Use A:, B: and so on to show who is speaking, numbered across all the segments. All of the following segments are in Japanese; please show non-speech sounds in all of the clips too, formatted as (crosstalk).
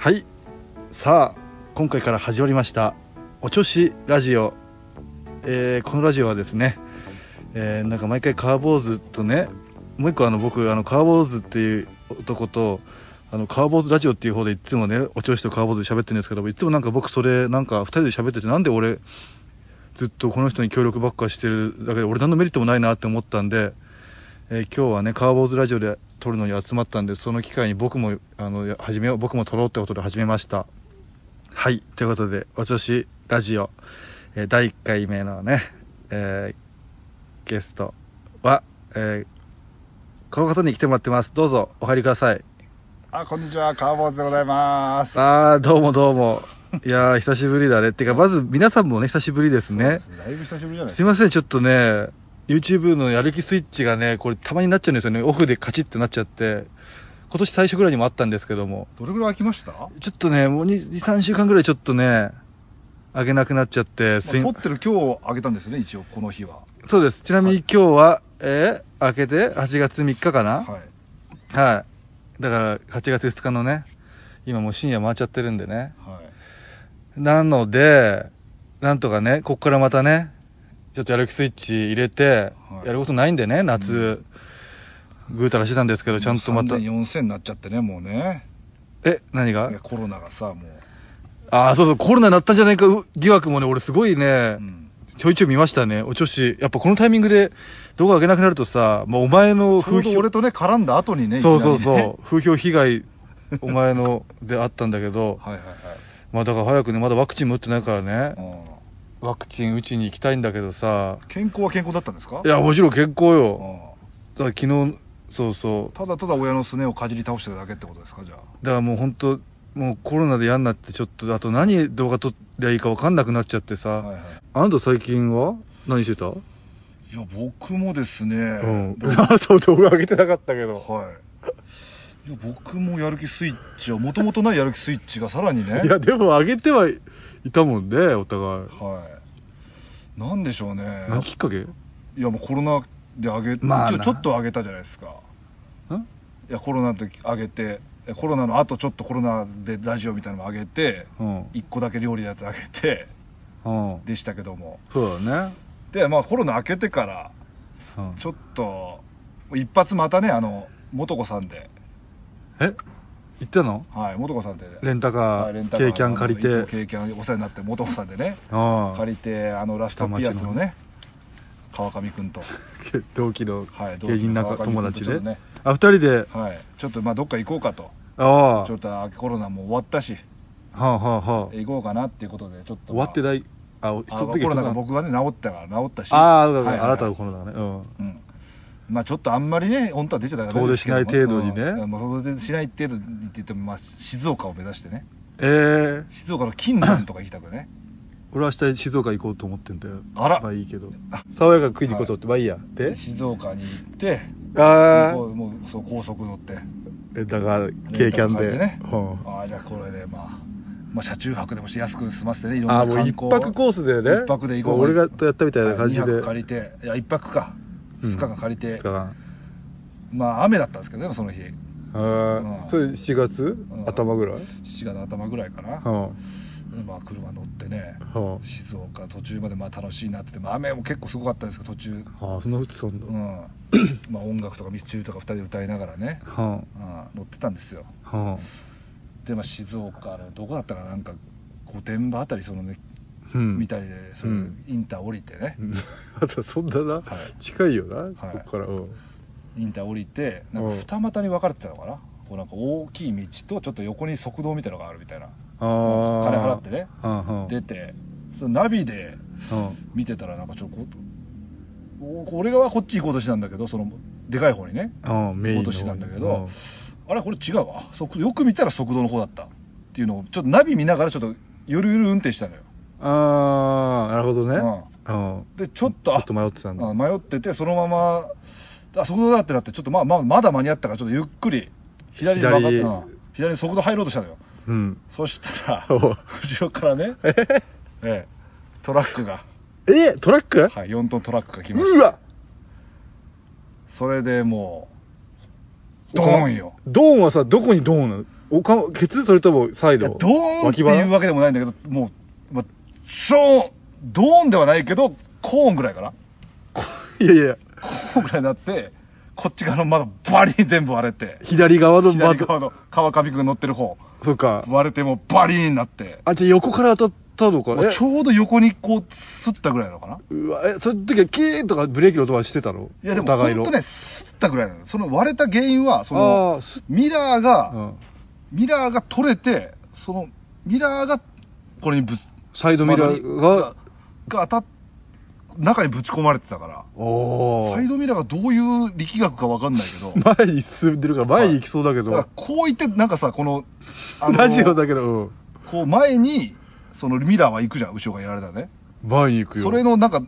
A: はいさあ今回から始まりましたお調子ラジオ、えーこのラジオはですね、えーなんか毎回カーボーズとねもう一個あの僕あのカーボーズっていう男とあのカーボーズラジオっていう方でいつもねお調子とカーボーズで喋ってるんですけどいつもなんか僕それなんか2人で喋っててなんで俺ずっとこの人に協力ばっかしてるだけで俺何のメリットもないなって思ったんで、えー今日はねカーボーズラジオで撮るのに集まったんでその機会に僕もあのや始めよう僕も撮ろうってことで始めましたはいということで「お調子ラジオ」えー第1回目のね、えーゲストは、えーこの方に来てもらってますどうぞお入りください
B: あ、こんにちは、カーボーズでございます。
A: あーどうもどうもいやー久しぶりだねってかまず皆さんもね久しぶりですね
B: だいぶ久しぶりじゃないです
A: すいません、ちょっとね、YouTube のやる気スイッチがね、これたまになっちゃうんですよね。オフでカチッってなっちゃって。今年最初ぐらいにもあったんですけども。
B: か。どれぐらい空きました、まあ、
A: ちょっとね、もう2、3週間ぐらいちょっとね、あげなくなっちゃって、すい
B: 撮ってる今日あげたんですよね、一応、この日は。
A: そうです。ちなみに今日は、えー明けて8月3日かな
B: はい。
A: はい。だから8月2日のね、今もう深夜回っちゃってるんでね。
B: はい。
A: なので、なんとかね、こっからまたね、ちょっとやる気スイッチ入れて、
B: はい
A: やることないんでね、夏、ぐうたらしてたんですけど、ちゃんとまた
B: 3、年4000になっちゃってね、もうね。
A: え、何が
B: いやコロナがさ、もう。
A: ああ、そうそう、コロナになったんじゃないかう疑惑もね、俺すごいね
B: う、ん。
A: ちょいちょい見ましたね、お調子。やっぱこのタイミングで動画上げなくなるとさ、もうお前の
B: ちょ
A: 風
B: うど
A: 評、
B: 俺とね、絡んだ後にね、
A: そうそう
B: いきなりね
A: そう、 (laughs) 風評被害、お前のであったんだけど、
B: はいはいはい。
A: まあだから早くね、まだワクチンも打ってないからね、
B: うん
A: ワクチン打ちに行きたいんだけどさ、
B: 健康は健康だったんですか
A: いや、もちろん健康よだ
B: う。ん
A: から昨日そうそう
B: ただただ親のすねをかじり倒してるだけってことですか、じゃあ。
A: だからもう本当もうコロナで嫌になってちょっとあと何動画撮りゃいいか分かんなくなっちゃってさ、
B: はいはい。
A: あなた最近は何してた、
B: いや、僕もですね、
A: うんあなたも動画上げてなかったけど
B: はい。いや、僕もやる気スイッチは、もともとないやる気スイッチがさらにね
A: い、やでも上げてはいたもんねお互い
B: はい。なんでしょうね。
A: 何きっかけ
B: いや、もうコロナで上げ、
A: まあ
B: 一応
A: な
B: ちょっと上げたじゃないですか。いや、コロナの時上げて、いやコロナの後ちょっとコロナでラジオみたいなのも上げて、
A: うん、うん、
B: 一個だけ料理のやつ上げて、 (laughs) でしたけども。
A: そうだね、
B: で、まあコロナ明けてから、
A: うん、
B: ちょっと、一発またね、あの、もとこさんで、
A: 行ったの
B: はい、もとこさんで、
A: レンタカ
B: はいレン
A: ー
B: タカ
A: 軽
B: ー
A: キャン借りて
B: いつも軽キャンお世話になってもとこさんでね
A: ああ
B: 借りてあのラストピアスのね川上くんと
A: 同期の
B: はい
A: 芸人仲
B: 同期の川上くんと
A: 友達で
B: ね
A: あ二人で
B: はいちょっとまあどっか行こうかと
A: ああ
B: ちょっとあコロナも終わったし
A: はあはあはあ
B: 行こうかなっていうことでちょっと
A: 終
B: ま
A: わっ
B: あ
A: てないあ一
B: あ
A: つだけ
B: コロ
A: 一つだ
B: ナが
A: け
B: 僕がね治ったから治ったし
A: ああ、だから
B: はいはい
A: あなたのコロナね。うん。
B: うんまあちょっとあんまりね本当は出ちゃダメですけども
A: 遠出しない程度にね
B: うんまあ遠出しない程度にって言ってもまあ静岡を目指してね
A: ええ
B: 静岡の金山とか行きたくね
A: 俺は明日静岡行こうと思ってんだよ。
B: あら
A: まあいいけど。爽やか食いに行こうと思って、まあいいや。で
B: 静岡に行って
A: あ
B: もうもうそう高速乗って
A: あ、だから、軽キャン
B: レ
A: で。
B: ンタカー借りてね
A: うん
B: ああじゃあこれでまあ、まあ、車中泊でもして安く済ませてねいろん
A: あ
B: な
A: あ、も
B: 観
A: う
B: 光
A: 一泊コースでね。
B: 一泊で行こう
A: も俺がやったみたいな感じで。
B: はい二泊
A: 2
B: 借りていや一泊か
A: うん
B: 二日間借りて
A: 日、間。
B: まあ雨だったんですけどねその日
A: あ
B: う
A: あ、
B: ん
A: それ7月
B: ん
A: 頭ぐらい
B: 7月の頭ぐらいかな、
A: うん。うん。
B: でまあ車乗ってね静岡途中までまあ楽しいなってて、まあ、雨も結構すごかったんですけど途中うん
A: ああ、そんなことすんだ。うん。 (coughs)
B: まあ音楽とかミスチルとか2人で歌いながらね、うん乗ってたんですよ
A: うん。
B: でまあ静岡のどこだったかななんか御殿場あたりそのね
A: うん。 (laughs)
B: みたいでそれ
A: うん
B: インター降りてね、
A: うん。あと、そんなな。
B: はい
A: 近いよな、こっから。うん。
B: インター降りてなんか
A: うん
B: 二股に分かれてたのかな、こうなんか大きい道とちょっと横に側道みたいのがあるみたいな
A: ああ。
B: 金払ってね
A: うんうん。
B: 出てそのナビで
A: うん。
B: 見てたらなんかちょっとこお俺がこっち行こうとしてたんだけどそのでかい方にね
A: うん、メインの
B: 落としてたんだけどあれこれ違うわ速よく見たら速道の方だったっていうのをちょっとナビ見ながらちょっとゆるゆる運転したのよ、
A: うんああなるほどね、うん、ちょ
B: うん、でちょっとあ
A: っと迷ってたんだ
B: あ迷っててそのままあ速道だってなってちょっとまあまあまだ間に合ったからちょっとゆっくり左に曲がって
A: 左
B: うん左に速道入ろうとしたのよ
A: うん
B: そしたら
A: おう
B: 後ろからねええトラックが、
A: (laughs) えトラック
B: はい、4トントラックが来まし
A: うわ
B: たそれでもうドーンよ
A: ドーンはさどこにドーンなのおかケツそれともサイ
B: いや
A: ド
B: ドーンっていうわけでもないんだけどもう、まあ、ショーンドーンではないけどコーンぐらいかない
A: やいや
B: コーンぐらいになってこっち側の窓バリン全部割れて
A: 左側のバ
B: 左
A: ト
B: 側の川上くん乗ってる方
A: そうか
B: 割れてもうバリーンになって
A: あじゃあ横から当たったのか
B: まあ
A: ね
B: ちょうど横にこうすったぐらいなのかな
A: うわえその時はキーンとかブレーキの音はしてたの
B: いやで
A: お
B: も
A: 互い
B: 本
A: の
B: 当ねすったぐらいなのその割れた原因はその
A: ああす
B: ミラーが、
A: うん
B: ミラーが取れてそのミラーがこれにぶつ
A: サイドミラーが
B: が当たっ中にぶち込まれてたから
A: おお
B: サイドミラーがどういう力学かわかんない
A: (laughs)
B: けど
A: 前に進んでるから前に行きそうだけど、
B: だからこう言ってなんかさこのあの
A: ラジオだけど、うん
B: こう前にそのミラーは行くじゃん後ろがやられたらね
A: 前に行くよ
B: それのなんか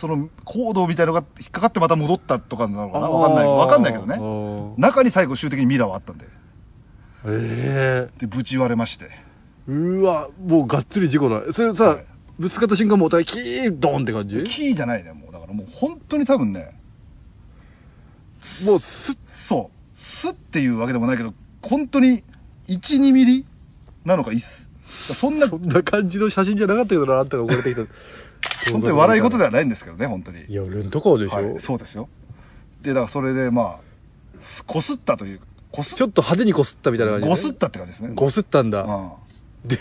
B: そのコードみたいのが引っかかってまた戻ったとかなのかな
A: あー
B: わかんないわかんないけどね
A: あ
B: 中に最後終的にミラーはあったんで
A: ーええ
B: でぶち割れまして
A: うわもうがっつり事故だそれさ、
B: はい
A: ぶつかった瞬間もうお互いキーンドーンって感じ
B: キーじゃないねもうだからもう本当に多分ね
A: もうスッ
B: そうスっていうわけでもないけど本当に12ミリなのかいっすそんな
A: そ
B: 本
A: んな感じの写真じゃなかったけどなあんたが送られてき
B: (laughs)
A: た
B: 当に笑い事
A: だ
B: ではないんですけどね本当に
A: いやレンタカーでしょ、
B: はい、そうですよでだからそれでまあすこすったというこすっ
A: ちょっと派手にこすったみたいな感じ
B: ごすったって感じですね
A: こすったんだ、
B: う
A: (laughs) で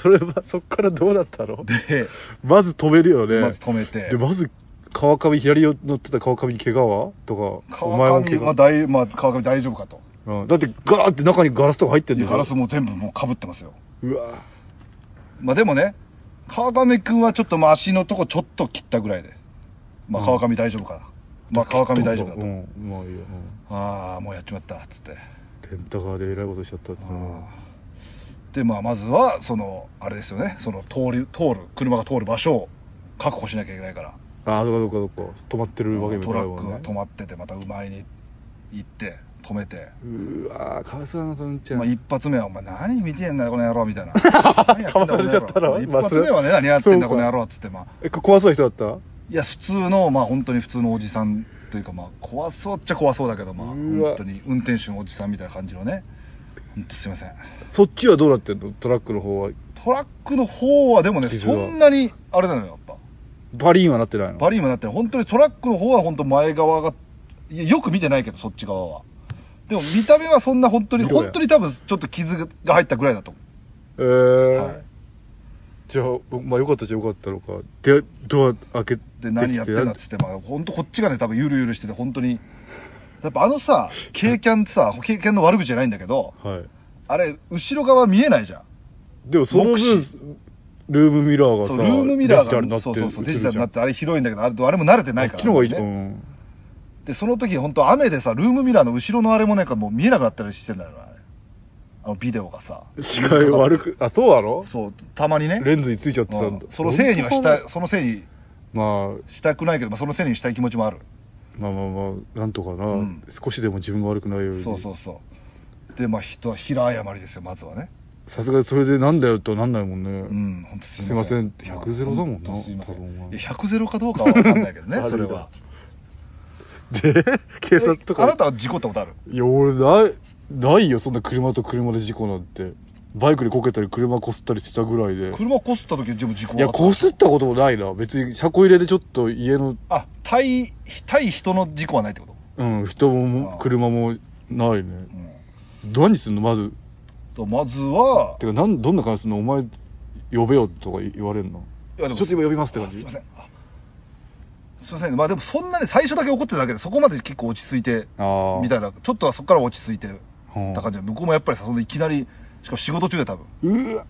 A: それはそっからどうなったの
B: んで
A: まず止めるよね
B: まず止めて
A: でまず川上左を乗ってた川上に怪我はとかお前
B: 川
A: も
B: 上
A: 怪
B: は
A: 我、
B: 大、まあ、川上大丈夫かと
A: うん、だってガラーって中にガラスとか入ってん
B: い
A: で
B: う
A: し
B: ガ
A: ょ
B: ラスも全部もうかぶってますよ
A: うわ
B: まあでもね川上君はちょっとまあ足のとこちょっと切ったぐらいでまあ川上大丈夫かな、まあ川上大丈夫だと、
A: うんまあいいよ、うん
B: ああもうやっちまったっつって
A: レンタカーでえらいことしちゃったっていうのは
B: でまあまずはそのあれですよねその通る通る車が通る場所を確保しなきゃいけないから
A: ああどうかどうかどうか止まってるわけ
B: ト
A: もな
B: ラ
A: いも
B: ック
A: ん
B: が
A: ね
B: 止まっててまた馬いに行って止めて、
A: うわーかわいそうだなと思っちゃう、
B: まあ、一発目は「お前何見てんだよこの野郎」み
A: (laughs)
B: たいな
A: かわされちゃったろ
B: 何やってんだこの野郎一発目はね何やってんだこの野郎っつってまあ
A: えこ怖そうな人だった
B: いや普通のまあ本当に普通のおじさんというかまあ怖そうっちゃ怖そうだけどまあ
A: うわ
B: 本当に運転手のおじさんみたいな感じのね本当すいません
A: そっちはどうなってんのトラックの方は
B: トラックの方はでもね
A: 傷は
B: そんなにあれなのよやっぱ
A: バリーンはなってないの
B: バリームになってる本当にトラックの方は本当前側がいやよく見てないけどそっち側はでも見た目はそんな本当に
A: 見ろや
B: 本当に多分ちょっと傷が入ったぐらいだと思
A: えー
B: う、はい
A: じゃあまあよかったじゃよかったのかでドア開け
B: で何やってんだっつってまあ本当こっちがね多分ゆるゆるしてて本当にやっぱあのさ経験ってさ経験の悪口じゃないんだけど
A: は
B: あれ後ろ側見えないじゃん
A: いでもその分
B: 目視
A: ルームミラーが
B: そう
A: さ
B: ルームミラー
A: デジタルにな
B: が
A: って
B: そ
A: 映
B: うそうそうデ
A: る
B: ジ
A: じゃん
B: タルになってあれ広いんだけどあれあれも慣れてない
A: あ
B: か
A: っ
B: ら、
A: ちの方がいいと
B: ね
A: 思う
B: でその時本当雨でさルームミラーの後ろのあれもなんかもう見えなくなったりしてんだよなあれあのビデオがさ
A: 視界悪くあそうだろ
B: そうたまにね
A: レンズについちゃってたん
B: うん
A: だ
B: そのせいにはしたそのせいに
A: まあ
B: したくないけど、まあ、そのせいにしたい気持ちもある
A: まあまあまあなんとかな、
B: うん
A: 少しでも自分が悪くないように
B: そうそうそうでまあ人は平謝りですよまずはね
A: さすがにそれでなんだよとなんないもんね、
B: うん本当
A: すい
B: すい
A: ま
B: ま
A: せ
B: せ
A: ん
B: ん
A: 100ゼロだもんな
B: 本当すいません
A: 多分はい
B: や100ゼロかどうかは分かんないけど
A: (laughs)
B: ね
A: ある
B: それは
A: で警察と
B: えあ
A: か
B: なたは事故ったことある
A: いや俺ないないよそんな車と車で事故なんてバイクにこけたり車こすったりしてたぐらいで
B: 車こすった時でも事故
A: いや
B: は
A: こすったこともないな別に車庫入れでちょっと家の
B: あ対対人の事故はないってこと、
A: うん人
B: あ
A: も
B: あ
A: 車もないね
B: うん
A: 何すんのまず
B: とまずは
A: てかなんどんな感じすんのお前呼べよとか言われるの
B: いや
A: ちょ
B: で
A: っ
B: も
A: と今呼びますって感
B: あす
A: じ
B: いませんあすいませんまあでもそんなに最初だけ怒ってただけでそこまで結構落ち着いて
A: ああ
B: みたいなちょっとはそこから落ち着いて
A: うん
B: た感じで向こうもやっぱりさそのいきなりしかも仕事中で多分
A: うわ
B: だか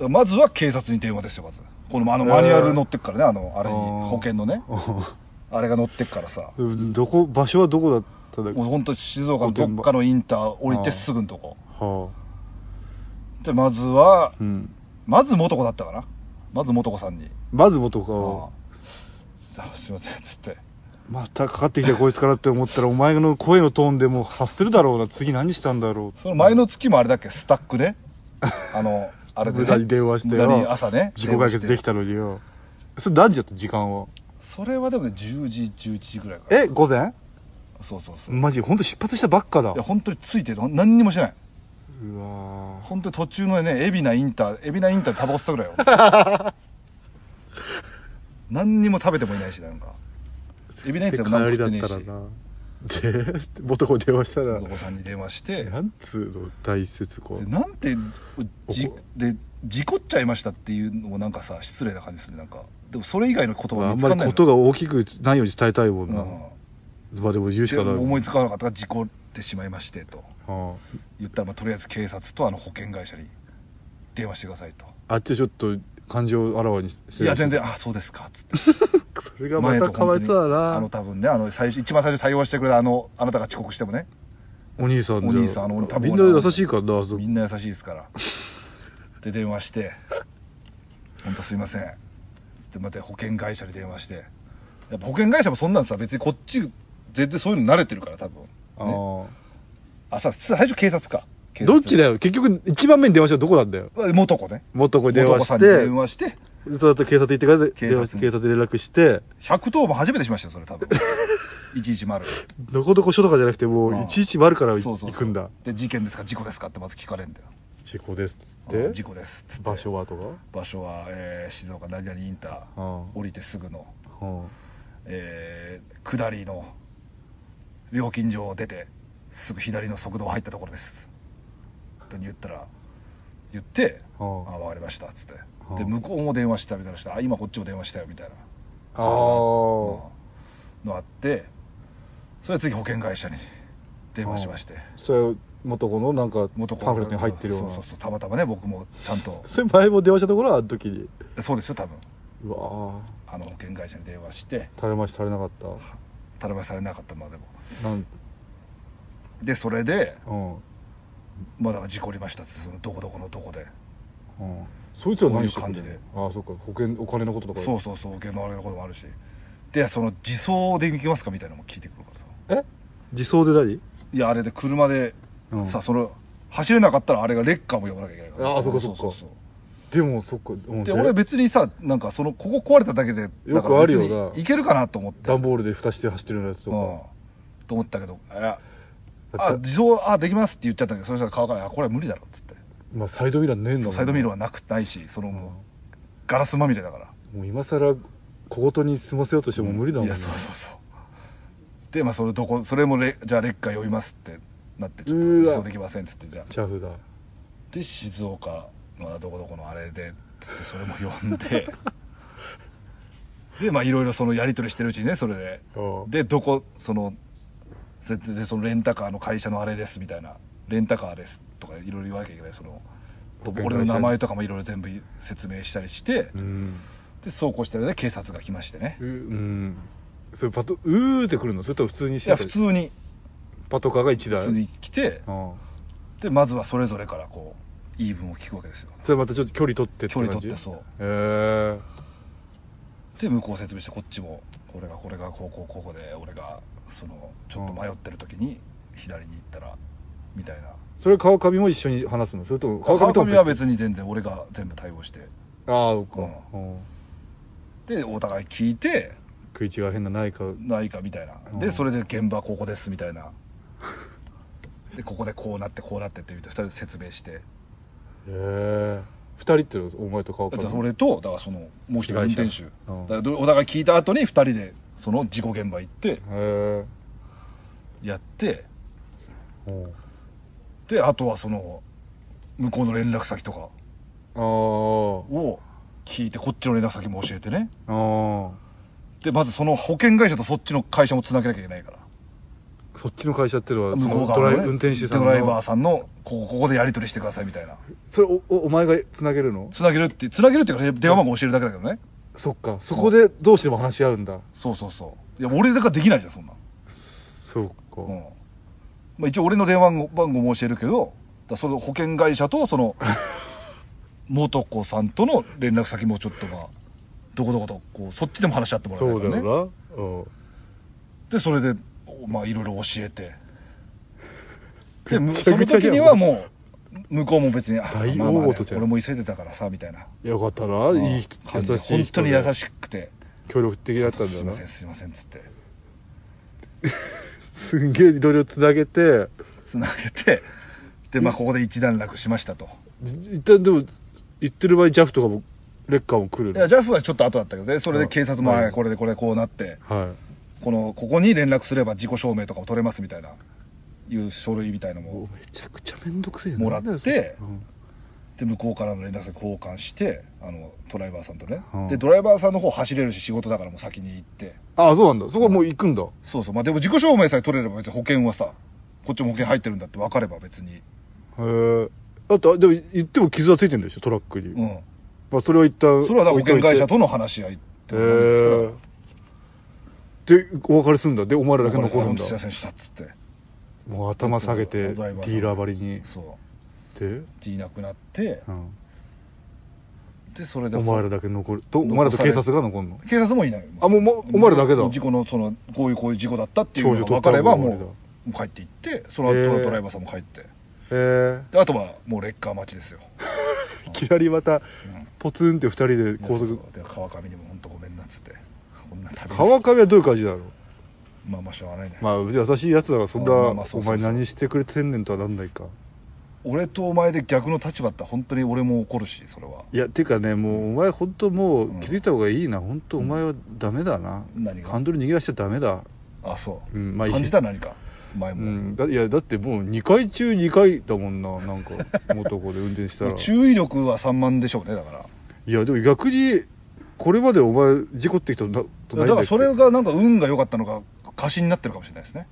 B: らまずは警察に電話ですよまずこのあのマニュアル乗ってっからねあのあれに
A: あー
B: 保険のねあれが乗ってっからさ
A: うんどこ場所はどこだったんだっけ
B: もうほんと静岡のどっかのインター降りてすぐのとこ
A: は
B: でまず
A: あ
B: は
A: うん
B: まず元子だったかなまず元子さんに
A: まずもとか
B: 「あ
A: は
B: あすいません」っつって
A: またかかってきたこいつからって思ったらお前の声のトーンでもう察するだろうな次何したんだろう
B: その前の月もあれだっけスタッ
A: (laughs)
B: クであのあれで、ね、
A: 無駄に電話して
B: 無駄に
A: よ
B: 朝ね
A: 自己解決で
B: き
A: きたのによそれ何時だった時間は
B: それはでもね10時11時ぐらいか
A: え午前
B: らそうそうそうい
A: マジ本当出発したばっかだ
B: や本当についてる何にもしてないう
A: わ
B: 本当に途中のね海老名インター海老名インターでタバコ吸ったぐ
A: (laughs)
B: らいよ何にも食べてもいないしなんか海老名インターでも何も
A: 帰りだっ
B: 食ってね
A: た
B: えし
A: らなで男に電話したら
B: お子さんに電話して
A: なんつうの大切こ
B: で
A: う
B: なんてじ
A: おこ
B: で事故っちゃいましたっていうのもなんかさ失礼な感じするなんかでもそれ以外の言葉
A: あ
B: 見
A: ん
B: つか
A: まり
B: んないの
A: ことが大きくないように伝えたいもんな、
B: う
A: まあでも言うしか
B: ん
A: ない
B: で
A: もん
B: 思いつかなかったから事故ってしまいましてと
A: あ
B: 言ったら、まあ、とりあえず警察とあの保険会社に電話してくださいと
A: ああっちちょっと感情をあらわにして
B: い
A: る
B: や全然あそうですかっつって
A: それがまたかわいそうだ
B: あの
A: な
B: 多分ねあの最初一番最初に対応してくれたあのあなたが遅刻してもね
A: お兄さんじゃ
B: お兄さんあの多分
A: みんな優しいからなあそこ
B: みんな優しいですからで電話して「ほんとすいません」でまた保険会社に電話してやっぱ保険会社もそんなんさ別にこっち全然そういうの慣れてるから多分
A: あー
B: あさ最初警察か警察
A: どっちだよ結局一番目に電話したのどこなんだよ
B: あ元子ね
A: 元子に電
B: 元
A: 話
B: 子さ
A: し
B: んに
A: て
B: 電話して
A: その後警察行ってください
B: 警察に
A: 電話して警察に連絡して
B: 110番初めてしましたよそ
A: (laughs)
B: れ多分110
A: どこどこ署とかじゃなくても
B: ああ
A: ういちいち丸から
B: そう
A: 行
B: そうそう
A: くんだ
B: で事件ですか事故ですかってまず聞かれんだよ
A: 事故ですっ
B: あ
A: て
B: 事故ですっつって
A: 場所はとか
B: 場所は、えー静岡何々インター
A: あ
B: 降りてすぐの
A: ああ
B: えー下りの料金所を出てすぐ左の側道入ったところですって言ったら言って「
A: あ
B: あ
A: ああ
B: 分かりました」っつって
A: あ
B: で向こうも電話したみたいな人あ今こっちも電話したよ」みたいな
A: あ
B: のあってそれは次保険会社に電話しまして
A: それ元子のなんか
B: 元子
A: パンフレットに入ってるような
B: そうそうそうたまたまね僕もちゃんと
A: それ前も電話したところはあの時に
B: そうですよ多分
A: うわあ
B: あの保険会社に電話して
A: 垂れましされなかっ
B: ただばされなかったまあでも
A: たなん
B: でそれで
A: うん
B: まあだから事故りましたっつってそのどこどこのどこで
A: うんそいつは何してくんだ
B: こうい
A: よ
B: う感
A: ああそっか保険お金のこととか
B: そうそうそう受け回れることもあるしでその自走で行きますかみたいなのも聞いてくるからさ
A: 自走で何
B: いやあれで車で
A: うん
B: さ、その走れなかったらあれがレッカーも呼ばなきゃいけないから
A: あーそっかそっか
B: うう
A: でもそっかうん
B: で俺別にさなんかそのここ壊れただけで
A: よくあるよな
B: だから別にいけるかなと思って
A: 段ボールで蓋して走ってるようなやつと
B: うん
A: か
B: と思ったけどいや
A: だっ
B: あ
A: て
B: 自走あできますって言っちゃったけどそしたら川からあこれは無理だろっつって
A: まあサイドミラーねえんだもん
B: そうサイドミラーはなくないしそのもうガラスまみれだから
A: もう今さら小言に済ませようとしても無理だもん
B: い
A: ね
B: やそうそうそうでまあそれどこそれもレじゃあレッカー呼びますってなってちょ
A: う
B: っと
A: ーわ
B: 自走できませんっつってじゃあ
A: チャフだ
B: で静岡のどこどこのあれでっつってそれも呼んででまあいろいろそのやり取りしてるうちにねそれで
A: うん
B: でどこそのででそのレンタカーの会社のあれですみたいなレンタカーですとかいろいろ言わなきゃいけないその
A: 険会社
B: 俺の名前とかもいろいろ全部説明したりして
A: うん
B: でそうこうしてる間に警察が来ましてね
A: ううんそれパトうーってくるのそれとも普通にし
B: い
A: て
B: や
A: た
B: 普通に
A: パトカーが1台
B: 普通に来て
A: うん
B: でまずはそれぞれからこう言い分を聞くわけですよ
A: それまたちょっと距離取ってって
B: 距
A: 感
B: 離
A: じ
B: 取ってそう
A: へえ
B: で向こう説明してこっちもこれがこれがこうこうこうこうで俺がそのちょっと迷ってる時に左に行ったらみたいな
A: それ川上も一緒に話すのそれとも
B: 川
A: 川上とも
B: 上は別に全然俺が全部対応して
A: ああそっか
B: うん
A: うん
B: でお互い聞いて
A: 食い違い変なないか
B: ないかみたいな、
A: う
B: で
A: ん
B: それで現場ここですみたいなでここでこうなってこうなってってみたいな2人で説明して
A: へえ二人ってことお前と川
B: だから
A: 上
B: 俺とだからそのもう一人運転手
A: うん
B: だからお互い聞いた後に2人でその事故現場行って
A: へえ
B: やって
A: うん
B: であとはその向こうの連絡先とか
A: ああ
B: を聞いてこっちの連絡先も教えてね
A: ああ
B: でまずその保険会社とそっちの会社もつなげなきゃいけないから
A: そっちの会社ってのはそ
B: 向こう
A: の
B: 側
A: ド
B: の
A: ライ
B: ね
A: 運転手さん
B: ドライバ
A: の
B: ーさんのここここでやり取りしてくださいみたいな
A: それおおお前がつなげるの
B: つなげるってつなげるっていうか電話番号教えるだけだけどね
A: そっかそこで同士でも話し合うんだ
B: そうそうそういや俺だからできないじゃんそんな、
A: そうか
B: うんまあ、一応俺の電話番号番号も教えるけどだからその保険会社と
A: (laughs)
B: その元子さんとの連絡先もちょっとまあどこどことこうそっちでも話し合ってもらえな
A: そ
B: いう
A: だ
B: から
A: よ
B: ね
A: なうん
B: でそれでまあいろいろ教えてで
A: め
B: む
A: ち
B: そ
A: ゃ
B: の
A: くちゃ
B: 時
A: じゃん
B: にはもう向こうも別にあ
A: 大
B: まあまあ
A: 大事じゃん
B: 俺も急いでたからさみたいな
A: よかったな、いい人
B: 感じで
A: 優しい
B: 本当
A: 人
B: に
A: で
B: 優しくて
A: 協力的だったん
B: すい
A: だ
B: ま
A: な
B: せんすいませんっつって
C: すんげえいろいろつなげて
B: つなげてでまあここで一段落しましたと
C: じ一旦でも言ってる場合 JAF とかもレッカーも来る
B: い
C: の
B: や JAF はちょっと後だったけどねそれで警察も、
C: はい
B: はいこれでこれこうなって
C: は
B: このここに連絡すれば自己証明とかも取れますみたいないう書類みたいの
C: い
B: も
C: めちゃくちゃめんどくせえな
B: もらって
C: なんだよそれうん
B: で向こうからの連絡先交換してあのドライバーさんとね、
C: うん
B: でドライバーさんの方走れるし仕事だからもう先に行って
C: ああそうなんだそこはもう行くんだ
B: そうそうまあでも自己証明さえ取れれば別に保険はさこっちも保険入ってるんだって分かれば別に
C: へえあとでも言っても傷はついてるんでしょトラックに、
B: うん
C: まあ、それは一旦
B: それはだから保険会社
C: と
B: との話し合いって
C: へ
B: ことなんですから
C: えでお別れするんだでお前らだけ残るんだ
B: すいませんでしたっつって
C: もう頭下げてデ
B: ドライ
C: ィ
B: バーさん
C: ーラー張りに
B: そう
C: で、
B: でいなくなって
C: うん
B: でそれで
C: お前らだけ残るとお
B: 残
C: 前ら
B: され
C: と警察が残るの
B: 警察もいないよ
C: あもうもうお前らだけだ
B: 事故のそのこういうこういう事故だったっていう
C: 長
B: の
C: 寿取
B: が分かればもう
C: へ
B: もう帰っていってその後
C: へー
B: ドライバーさんも帰って
C: え
B: であとはもうレッカー待ちですよ、
C: いきなりまたポツンって二人で高
B: い
C: 速
B: やそうで川上にも本当ごめんなっつってこんな旅
C: 川上はどういう感じだろう
B: まあまあしょうがないね、
C: まあ優しいやつだからそんな
B: まあまあまあそ
C: お
B: うそうそう
C: 前何してくれてんねんとはなんないか
B: 俺とお前で逆の立場って本当に俺も怒るしそれはい
A: やていうかねもうお前本当も
B: うん
A: う気づいた方がいいな本当お前はダメだな
B: 何
A: ハ
B: が
A: ンドル握らしちゃダメだ
B: あそううん
A: まあいい
B: 感じた何か前
A: う
B: も、
A: ん、だいやだってもう2回中2回だもんななん
C: (laughs)
A: か男で運転したらい
B: 注意力は散漫でしょうねだから
A: やでも逆にこれまでお前事故ってきたことないんだ
B: だか
A: っ
B: ら
A: け
B: それがなんか運が良かったのか過信になってるかもしれないですね、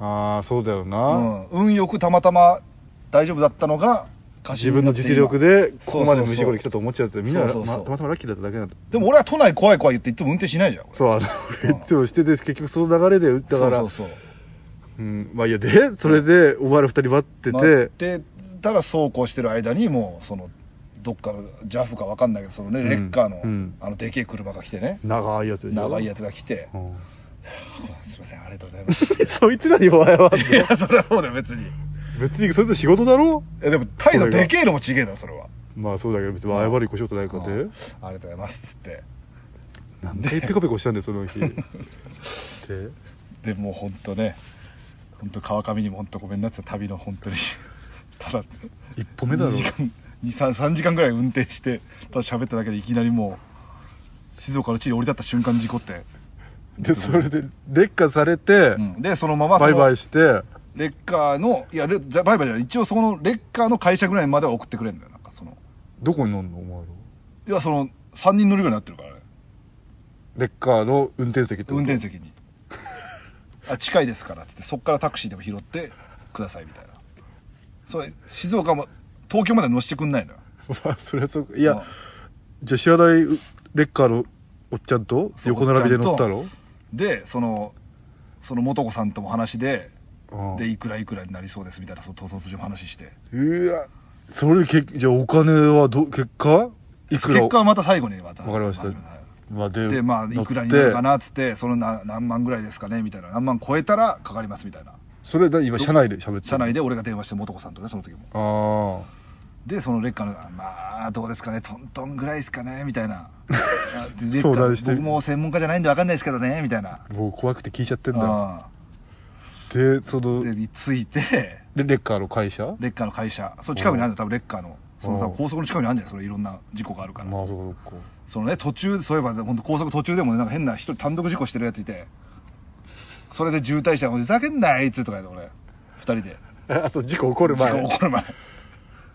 A: ああそうだよ
B: う
A: な、
B: ん、運よくたまたま大丈夫だったのが過
A: 自
B: 信に
A: 分の
B: なって
A: 実力
B: で
A: で
B: そう
A: ここまで無事故で来たと思っちゃってみんな
B: そうそうそう
A: またまたまラッキーだっただけなんだ
B: でも俺は都内怖い怖い言っていつも運転しないじゃん俺
A: そうあの (laughs) 俺いつもしてて結局その流れで打ったから
B: そうそうそう
A: うん、まあいいやでそれでお前ら2人待ってて、
B: 待ってたらそうこうしてる間にもうそのどっか JAF か分かんないけどそのね、
A: ん
B: レッカーの、
A: うん
B: あのでけえ車が来てね
A: 長いやつでしょ
B: 長いやつが来て
A: うん
B: 「すいませんありがとうございます」
A: そいつらにお (laughs) 前はい
B: やそれはそうだよ別にい
A: (laughs) 別にそいつら仕事だろ
B: やでも態度でけえのもちげえだろそれは
A: まあそうだけど別に謝るこしようとないか
B: う
A: で
B: ん「ありがとうございます」っつって
A: なんでペコペコしたんだよその日で
B: でもうほんとねほんと川上にもほんとごめんなさい旅の本当に (laughs) ただ
A: 一歩目だろ
B: 2時間23時間ぐらい運転してただ喋っただけでいきなりもう静岡の地に降り立った瞬間事故って、
A: でそれで劣化されて、
B: うんでそのままそ
A: バイ
B: の
A: バイして
B: レッカーのいやレじゃバイバイじゃない一応そのレッカーの会社ぐらいまでは送ってくれるんだよなんかその
A: どこに乗んのお前ら
B: いやその3人乗りぐらいになってるからね
A: 劣化の運転席ってこと
B: 運転
A: (laughs)
B: 席にあ近いですからっつってそっからタクシーでも拾ってくださいみたいなそれ静岡も東京まで乗せてくんないのよ
A: (laughs) まあそれはそうかい
B: い
A: や、じゃあ支払いレッカーのおっちゃんと
B: そう
A: 横並びで乗ったろ
B: でそのその素子さんとも話で
A: うん
B: でいくらいくらになりそうですみたいなその唐突上話して
A: うわそれけじゃあお金はど結果いくら
B: 結果はまた最後にまた
A: わかりましたまあで
B: でまあいくらになるかなっつってそのな何万ぐらいですかねみたいな何万超えたらかかりますみたいな
A: それだ今車内で喋ってる
B: 車内で俺が電話して素子さんとねその時も
A: あ
B: でそのレッカーの「まあどうですかねトントンぐらいですかね」みた
A: (laughs)
B: いなあ「レッカ
A: 相談
B: ー
A: して
B: 僕も専門家じゃないんで分かんないですけどね」みたいな
A: あもう怖くて聞いちゃってんだ
B: あ
A: でそ
B: あ
A: の
B: で
A: レ
B: ついて
A: レッカーの会社
B: レッカーの会社その近くにあるの多分レッカーのその多
A: お
B: 分高速の近くにあるんじゃないそれいろんな事故があるから、
A: まあそうかそうか
B: そのね途中そういえば本当高速途中でもねなんか変な一人単独事故してるやついてそれで渋滞したら「ふざけんなあいつ」とか言って俺二人で (laughs)
A: あと事故起こる前
B: 事故起こる前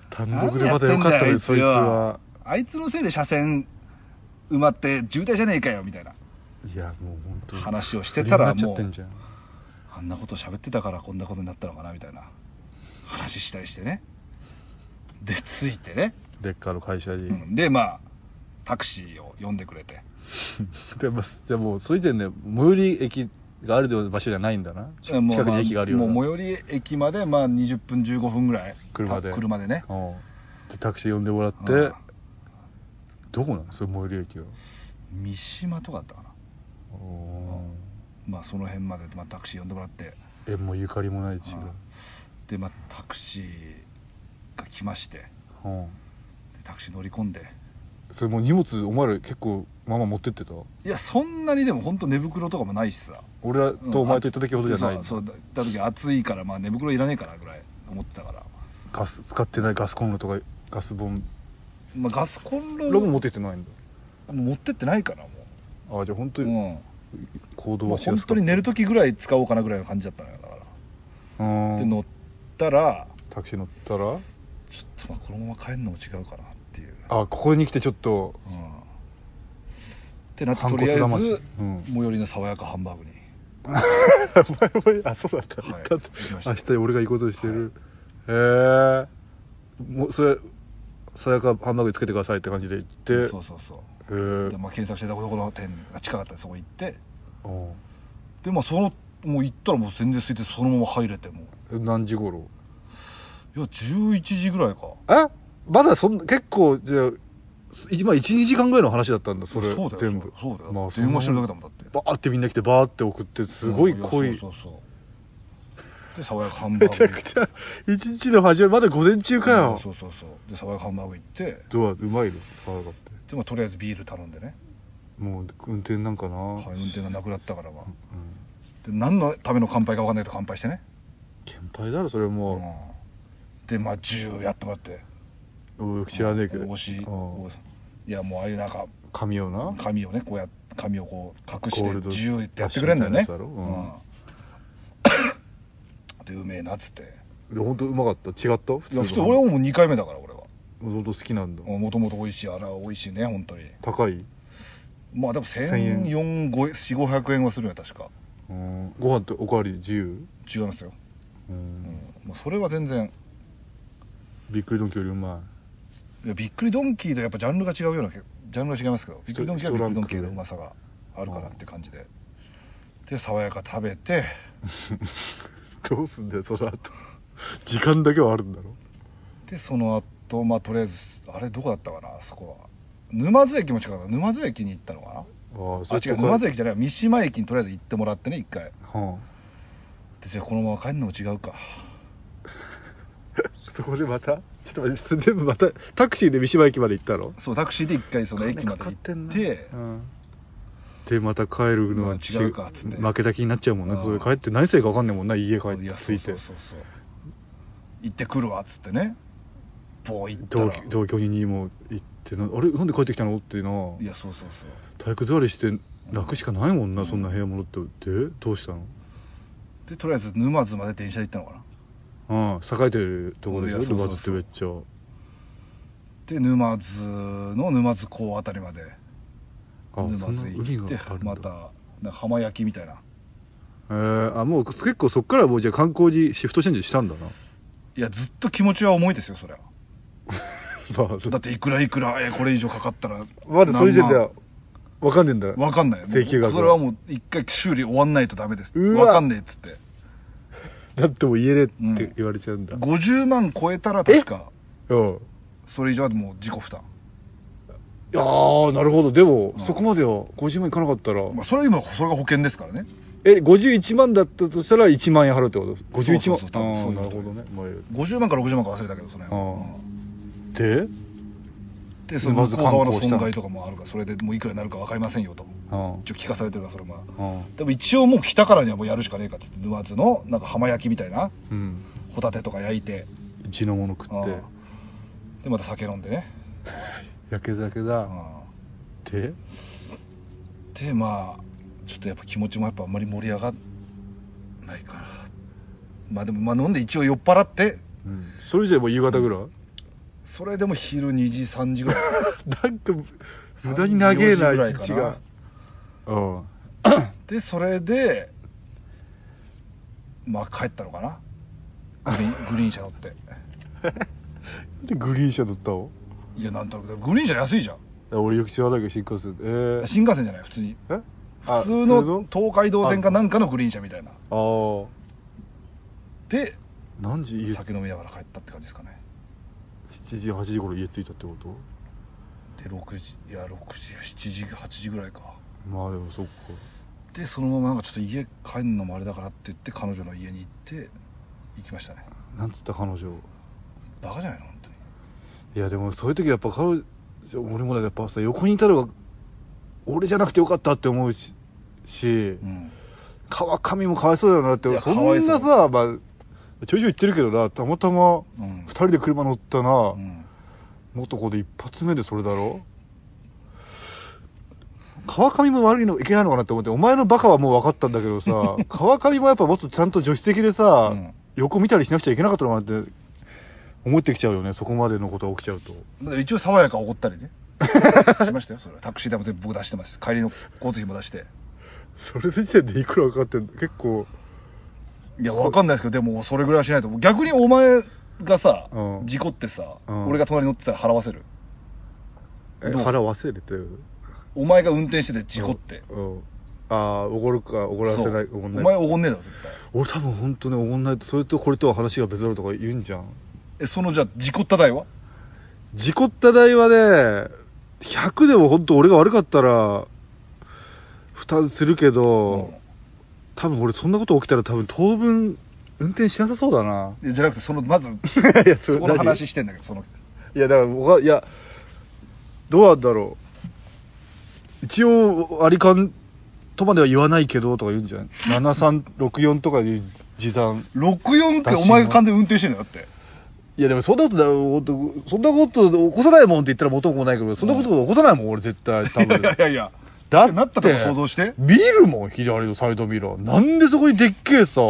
A: 単独でまたよかった
B: 何やって
A: ね
B: んだよあいつ
A: そいつは
B: はあいつのせいで車線埋まって渋滞じゃねえかよみたいない
A: やもう本当に
B: 話をしてたら
A: 不倫にな
B: も
A: っちゃって
B: うん
A: じゃん
B: あんなこと喋ってたからこんなことになったのかなみたいな話したりしてねでついてね、
A: レッカーの会社に、
B: うんでまあタクシーを呼んでくれて
A: でまあじゃあもうそれ以前ね最寄り駅があるような場所じゃないんだなち近
B: もう
A: くに駅があるよう
B: ま
A: な
B: あもう最寄り駅までまあ20分15分ぐらい
A: 車で
B: た車でね
A: うんでタクシー呼んでもらって、
B: うん
A: どこなのそれ最寄り駅は
B: 三島とかだったかなまあその辺まで、まあ、タクシー呼んでもらって
A: えもうゆかりもない地が
B: でまあタクシーが来ましてで
A: うん
B: タクシー乗り込んで
A: それもう荷物お前ら結構まま持ってってた
B: いやそんなにでも本当寝袋とかもないしさ
A: 俺らとお前と行った時ほどじゃない、
B: うんそうそうだ行った時暑いからまあ寝袋いらねえかなぐらい思ってたから
A: ガス使ってないガスコンロとかガスボン
B: まあガスコンロ
A: ロボ持ってってないんだ
B: 持ってってないからも
A: ああじゃあ本当
B: う、うん
A: に行動
B: まあ、
A: はしや
B: 本
A: す
B: 当
A: かった
B: に寝る時ぐらい使おうかなぐらいの感じだったのよだから
A: うん
B: で乗ったら
A: タクシー乗ったら
B: ちょっとまあこのまま帰るのも違うかなっていう、
A: あここに来てちょっと
B: うん、ってなって
A: 反
B: とり
A: 骨
B: あえ
A: 魂
B: ず
A: うん
B: 最寄りの爽やかハンバーグに、
A: あそうだった、
B: はい、
A: だっ
B: 行
A: て
B: きました
A: 明日俺が行こうとしてる、へえもうそれさやかハンバーグつけてくださいって感じで行ってへ
B: そうそうそう
A: え
B: で、まあ、検索してたとこの店が近かったんでそこ行って
A: うん
B: でまあそのもう行ったらもう全然空いてそのまま入れてもう
A: 何時頃
B: いや11時ぐらいか
A: えまだそん結構じゃあ今12時間ぐらいの話だったんだそれ
B: そうだよ
A: 全部
B: そうだよ、
A: まあ
B: 電話してるだけだもんだって
A: バーってみんな来てバーって送ってすごい濃い、
B: うんそうそうそうで爽やかハンバ
A: め
B: ー
A: ち
B: グ
A: ゃくちゃ一日の始まりまだ午前中かよ、
B: そうそうそうで爽やかハンバーグ行ってで、
A: どうやうまいの腹がって
B: まあ、とりあえずビール頼んでね、
A: もう運転なんかな、
B: はい、運転がなくなったからまあ
A: うん
B: で何のための乾杯か分かんないけど乾杯してね、
A: 先輩だろそれ
B: うん
A: も、
B: でまあ10やってもらって
A: うよく知らねえけど
B: 帽子
A: うん
B: 帽子いやもうああいうなんか
A: 髪をな
B: 髪をねこうや髪をこう隠し
A: ゴールド
B: て銃ってやってくれんだよね、
A: ダッシュみたいなやつだろ
B: う
A: うん
B: ん (coughs) でうめえなっつって
A: で本当うまかった違った普
B: いや普
A: 通
B: 通
A: の
B: 俺はもう2回目だから俺は
A: 本当好きなんだ
B: もともと美味しいあら美味しいね本当に
A: 高い、う
B: まあでも
A: 1000
B: 1400500円はするよ確か
A: ん、ご飯とおかわり自由、
B: 違いますよ、
A: うん
B: うんまあ、それは全然
A: びっくりドンキーよりうまい
B: いやびっくりドンキーとやっぱジャンルが違うような気ジャンルが違いますけどびっくりドンキーはびっくりドンキーのうまさがあるかなって感じでで爽やか食べて
A: (laughs) どうすんだよその後時間だけはあるんだろ
B: でその後まあとりあえずあれどこだったかなそこは沼津駅も近かった沼津駅に行ったのかな
A: ああ
B: あ違う沼津駅じゃない三島駅にとりあえず行ってもらってね一回で
A: は
B: じゃあこのまま帰るのも違うか
A: (laughs) あ、そこでまたちょっと待ってそれ全部またタクシーで三島駅まで行ったの
B: そうタクシーで一回その駅ま
A: 金
B: で行
A: かかってん
B: っ
A: な
B: て
A: うんでまた帰るのはち
B: うん違うかっつって
A: 負けた気になっちゃうもんね
B: うん
A: それ帰って何せいか分かんねえもんな家帰っ
B: い
A: て
B: や
A: 着いて
B: そうそうそうそう行ってくるわっつってねボー行った
A: 同
B: ら
A: 居同居人にも行ってなあれなんで帰ってきたのってない
B: やそうそうそう
A: 体育座りして楽しかないもんな、
B: うん
A: そんな部屋戻ってでどうした
B: でとりあえず沼津まで電車で行ったのかな
A: のうん栄えてるとこでしょ
B: いやそうそ
A: 沼
B: うそう
A: 津ってめっちゃ
B: で沼津の沼津港あたりまで
A: あ
B: 沼
A: そんな
B: 津
A: 海
B: 行
A: が
B: って
A: あるんだ、
B: またなんか浜焼きみたいな
A: えー、あもう結構そっからもうじゃあ観光にシフトチェンジしたんだ
B: (laughs)
A: な
B: いやずっと気持ちは重いですよそれは
A: まあそ
B: だっていくらいくらえこれ以上かかったら
A: まだそれ時点では分かんねえんだ
B: 分かんないもう
A: 請求額は
B: それはもう一回修理終わんないとダメです
A: う
B: 分
A: わ
B: かんねえっつって
A: なんとも言えねえっ
B: う
A: て
B: ん
A: 言われちゃうんだ、うん、
B: 50万超えたら確か
A: い
B: それ以上はもう自己負担、
A: やーなるほどでも、
B: ん
A: そこまでは50万いかなかったら、
B: まあ、それは今それが保険ですからね
A: え51万だったとしたら1万円払うってこと51万
B: そうそうそう多分そういう
A: あー
B: こ
A: な
B: と
A: るほどね、まあ
B: 50万か60万か忘れたけどその辺は
A: あで
B: でその
A: ま
B: 向
A: ず
B: こう側
A: 観
B: の
A: 光した
B: 損害とかもあるからそれでもういくらになるか分かりませんよと
A: あ
B: 一応聞かされてるからそれは
A: あああ
B: でも一応もう来たからにはもうやるしかねえかっつって沼津のなんか浜焼きみたいな
A: うん
B: ホタテとか焼いて
A: 地のもの食っ
B: ああ
A: て
B: でまた酒飲んでね
A: 焼け酒だ
B: あ
A: で
B: あでまあちょっとやっぱ気持ちもやっぱあんまり盛り上がんないかなまあでもまあ飲んで一応酔っ払って
A: うんそれじゃもう夕方ぐらい、
B: それでも昼2時3時ぐらい
A: なんか無駄に長えな
B: 3
A: 一
B: 時4時
A: 日
B: ぐら
A: が
B: いか
A: うん
B: でそれでまあ帰ったのかなグリーングリーン車乗って
A: でグリーン車乗ったの
B: いやなんとなくグリーン車安いじゃん
A: あ俺よく知らないけど新幹線えー、
B: 新幹線じゃない普通に
A: えあ
B: 普通の東海道線かなんかのグリーン車みたいな
A: あー
B: で
A: 何時家
B: 酒飲みながら帰ったって感じですかね
A: 7時8時頃家着いたってこと
B: で6時いや6時7時8時ぐらいか
A: まあでもそっか
B: でそのままなんかちょっと家帰るのもあれだからって言って彼女の家に行って行きましたね
A: なんつった彼女
B: バカじゃないの本
A: いやでもそういう時やっぱ彼女じゃあ俺もだやっぱさ横にいたのが俺じゃなくてよかったって思うしし
B: うん
A: 川上もかわいそうだよなっ
B: い
A: て
B: や
A: そ
B: かわい
A: ん
B: そ
A: な
B: う
A: さ、まあ、ちょいちょい言ってるけどなたまたま
B: うん
A: 2人で車乗ったな、
B: うん
A: 元子で一発目でそれだろ川上も悪いのいけないのかなって思ってお前のバカはもう分かったんだけど (laughs) さ川上もやっぱもっとちゃんと助手席でさ、
B: うん
A: 横見たりしなくちゃいけなかったのかなって思ってきちゃうよねそこまでのことが起きちゃうと
B: だから一応爽やかおごった (laughs) りねしましたよそれはタクシー代も全部僕出してます帰りの交通費も出して
A: それ時点でいくらかかってんの結構
B: いやわかんないですけどでもそれぐらいはしないと逆にお前がさ、
A: うん
B: 事故ってさ、
A: うん
B: 俺が隣に乗ってたら払わせる
A: え
B: どう
A: 腹忘れてる
B: お前が運転してて事故って、
A: うんああおごるかおごらせないおごん
B: お
A: ない
B: 前おごんねえだろ絶対
A: 俺多分本当ねおごんないとそれとこれとは話が別だろうとか言うんじゃん
B: えそのじゃあ事故った代は
A: 事故った代はね100でも本当俺が悪かったら負担するけど、多分俺そんなこと起きたら多分当分運転しなさそうだな
B: いやじゃなくてそのま
A: (laughs)
B: ず
A: いや
B: そこの話してんだけどその
A: いやだから僕はいやどうなんだろう一応割り勘とまでは言わないけどとか言うんじゃない ?7364 とかいう時短
B: 64ってお前が完全に運転してんだよだって
A: いやでもそんなことだほんとそんなこと起こさないもんって言ったら元も子もないけどそんなこと起こさないもん俺絶対多 (laughs) 分
B: いやいやいや
A: だって
B: なったとこ想像して
A: 見るもん左のサイドミラーなんでそこにでっけえさ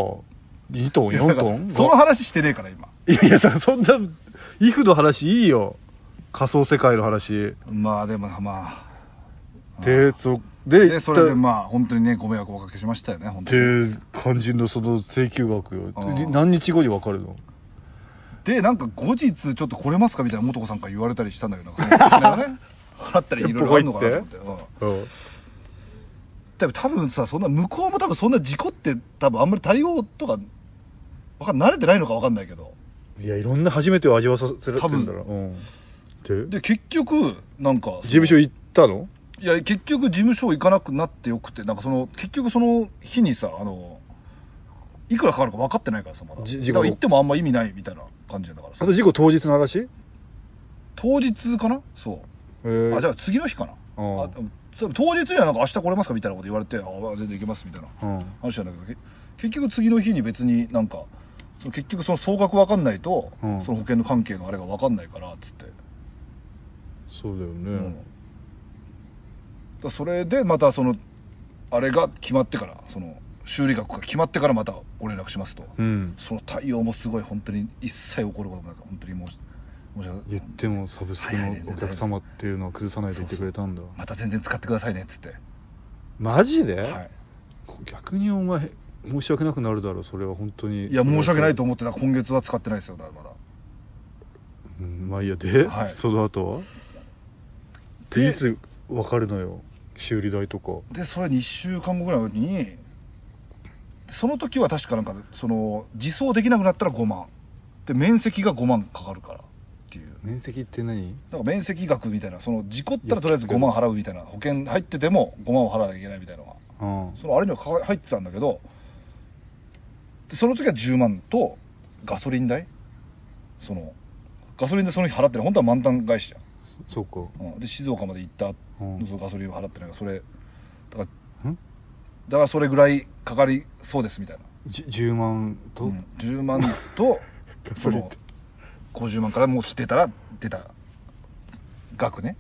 A: 2トン
B: いやだ
A: 4
B: か
A: ト
B: ら
A: ン
B: (laughs) その話してねえから今
A: いやいやそそんなイフの話いいよ仮想世界の話
B: まあでもまあ
A: でそで
B: でそれで
A: っ
B: まあ本当にねご迷惑をおかけしましたよね本当に
A: て肝心のその請求額よ
B: あー
A: 何日後に分かるの
B: でなんか後日ちょっと来れますかみたいな元子さんから言われたりしたんだけどなんかそ (laughs) のお金がね払ったりいろいろあるのかなと思って、うん、
A: うん
B: 多分多分さそんな向こうも多分そんな事故って多分あんまり対応とかわかん慣れてないのかわかんないけど
A: いやいろんな初めてを味わわさせられてるんだろうんで
B: で結局なんか
A: 事務所行ったの
B: いや結局事務所行かなくなってよくてなんかその結局その日にさあのいくらかかるか分かってないからさまだ
A: じ
B: だ
A: 事
B: か
A: 故
B: ら行ってもあんま意味ないみたいな感じだから
A: あ
B: さ
A: と事故当日の話
B: 当日かなそう
A: えー
B: あじゃあ次の日かな
A: うん
B: あそう当日にはなんか明日来れますかみたいなこと言われてあ全然行けますみたいな
A: うん
B: 話なんだけどけ結局次の日に別になんかその結局その総額分かんないと、
A: うん
B: その保険の関係のあれが分かんないからっつって、
A: そうだよ
B: うん
A: ね
B: だそれでまたそのあれが決まってからその修理額が決まってからまたご連絡しますと
A: うん
B: その対応もすごい本当に一切起こることもなく本当に申し申し訳ない
A: 言ってもサブスクのお客様っていうのは崩さないと言ってくれたんだ
B: また全然使ってくださいねっつって、
A: マジで、
B: はい、
A: 逆にお前申し訳なくなるだろうそれは本当に
B: いや申し訳ない
A: と、
B: と思ってた今月は使ってないですよだからまだ
A: うんまあいいやで、
B: はい
A: その後はでいつ分かるのよ修理代とか
B: でそれ2週間後ぐらいにその時は確かなんかその自走できなくなったら5万で面積が5万かかるからっていう
A: 面積って何
B: なんか面積額みたいなその事故ったらとりあえず5万払うみたいな保険入ってても5万を払わなきゃいけないみたいなのが
A: うん
B: そのあれにはか入ってたんだけどでその時は10万とガソリン代そのガソリンでその日払ってない本当は満タン返しじゃ
A: そうか、
B: ん、うん、で静岡まで行った
A: うん
B: そうガソリンを払ってないからそれだから
A: ん
B: だからそれぐらいかかりそうですみたいな、
A: じ10万と、
B: うん10万
A: (laughs)
B: と
A: ガソ
B: そ
A: リン
B: の50万からもうしてたら出た額ね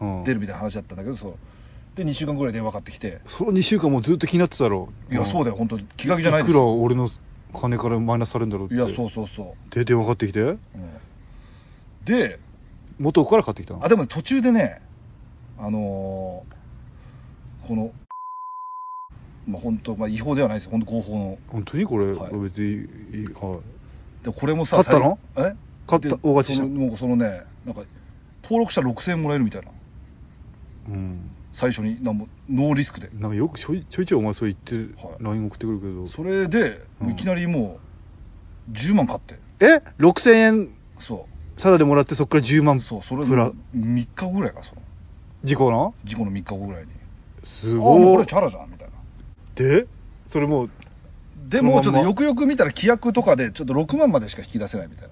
A: うん
B: 出るみたいな話だったんだけどそうで2週間ぐらい電話かかってきて
A: その2週間もうずっと気になってたろ
B: 「いやそううだよ本当に気が気じゃない
A: い
B: で
A: く
B: す
A: ら
B: よ
A: 俺の金からマイナスされるんだろうって
B: いやそうそうそう
A: で電話かかってきて」
B: うんで
A: 元から買ってきたの
B: あでも途中でねあのーこのまあ本当まあ違法ではないですよ本当合法の
A: 本当にこれ、
B: はい
A: 別にいい、はい、
B: でこれもさ
A: 買ったの
B: 最え
A: 買った
B: で
A: 大勝ちした
B: そのもうそのねなんか登録したら6000円もらえるみたいな
A: うん
B: 最初になんもノーリスクで
A: なんかよくちょいちょいちょいお前そう言ってる
B: はい
A: LINE 送ってくるけど、
B: それで、
A: うん
B: いきなりもう10万買って
A: え6000円
B: そ
A: ただでもらってそっから10万
B: うそうそれで
A: プラ
B: 3日後ぐらいかその
A: 事故な
B: 事故の3日後ぐらいに
A: す
B: あもうこ
A: ご
B: れ
A: い
B: チャラじゃんみたいな
A: でそれもう、
B: で
A: そのまんま
B: もちょっとよくよく見たら規約とかでちょっと6万までしか引き出せないみたい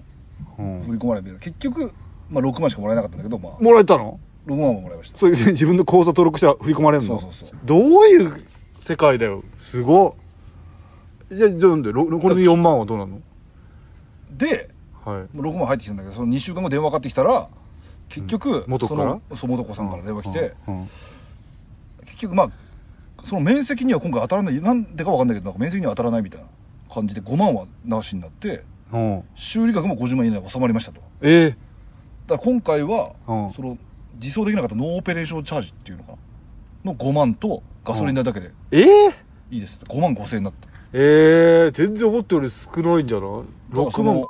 B: な
A: うん
B: 振り込まれて結局、まあ、6万しかもらえなかったんだけどまあ
A: もらえたの
B: 6万ももらいました
A: それで自分の口座登録したら振り込まれる
B: そ
A: の
B: うそうそう
A: どういう世界だよすごっじゃあじゃあなんでろ残りの4万はどうなの
B: で
A: はい
B: 6万入ってきたんだけどその2週間後電話かかってきたら結局、
A: 元子
B: そのそう元子さんから電話来て、
A: うんうん
B: 結局まあその面積には今回当たらないなんでかわかんないけどなんか面積には当たらないみたいな感じで5万はなしになって
A: うん
B: 修理額も50万以内に収まりましたと
A: え
B: だから今回は、
A: うん
B: その自走できなかったノーオペレーションチャージっていうのかなの5万とガソリン代だけで
A: ええ
B: いいですって5万5千円になった
A: ええ全然思ったより少ないんじゃない6万よ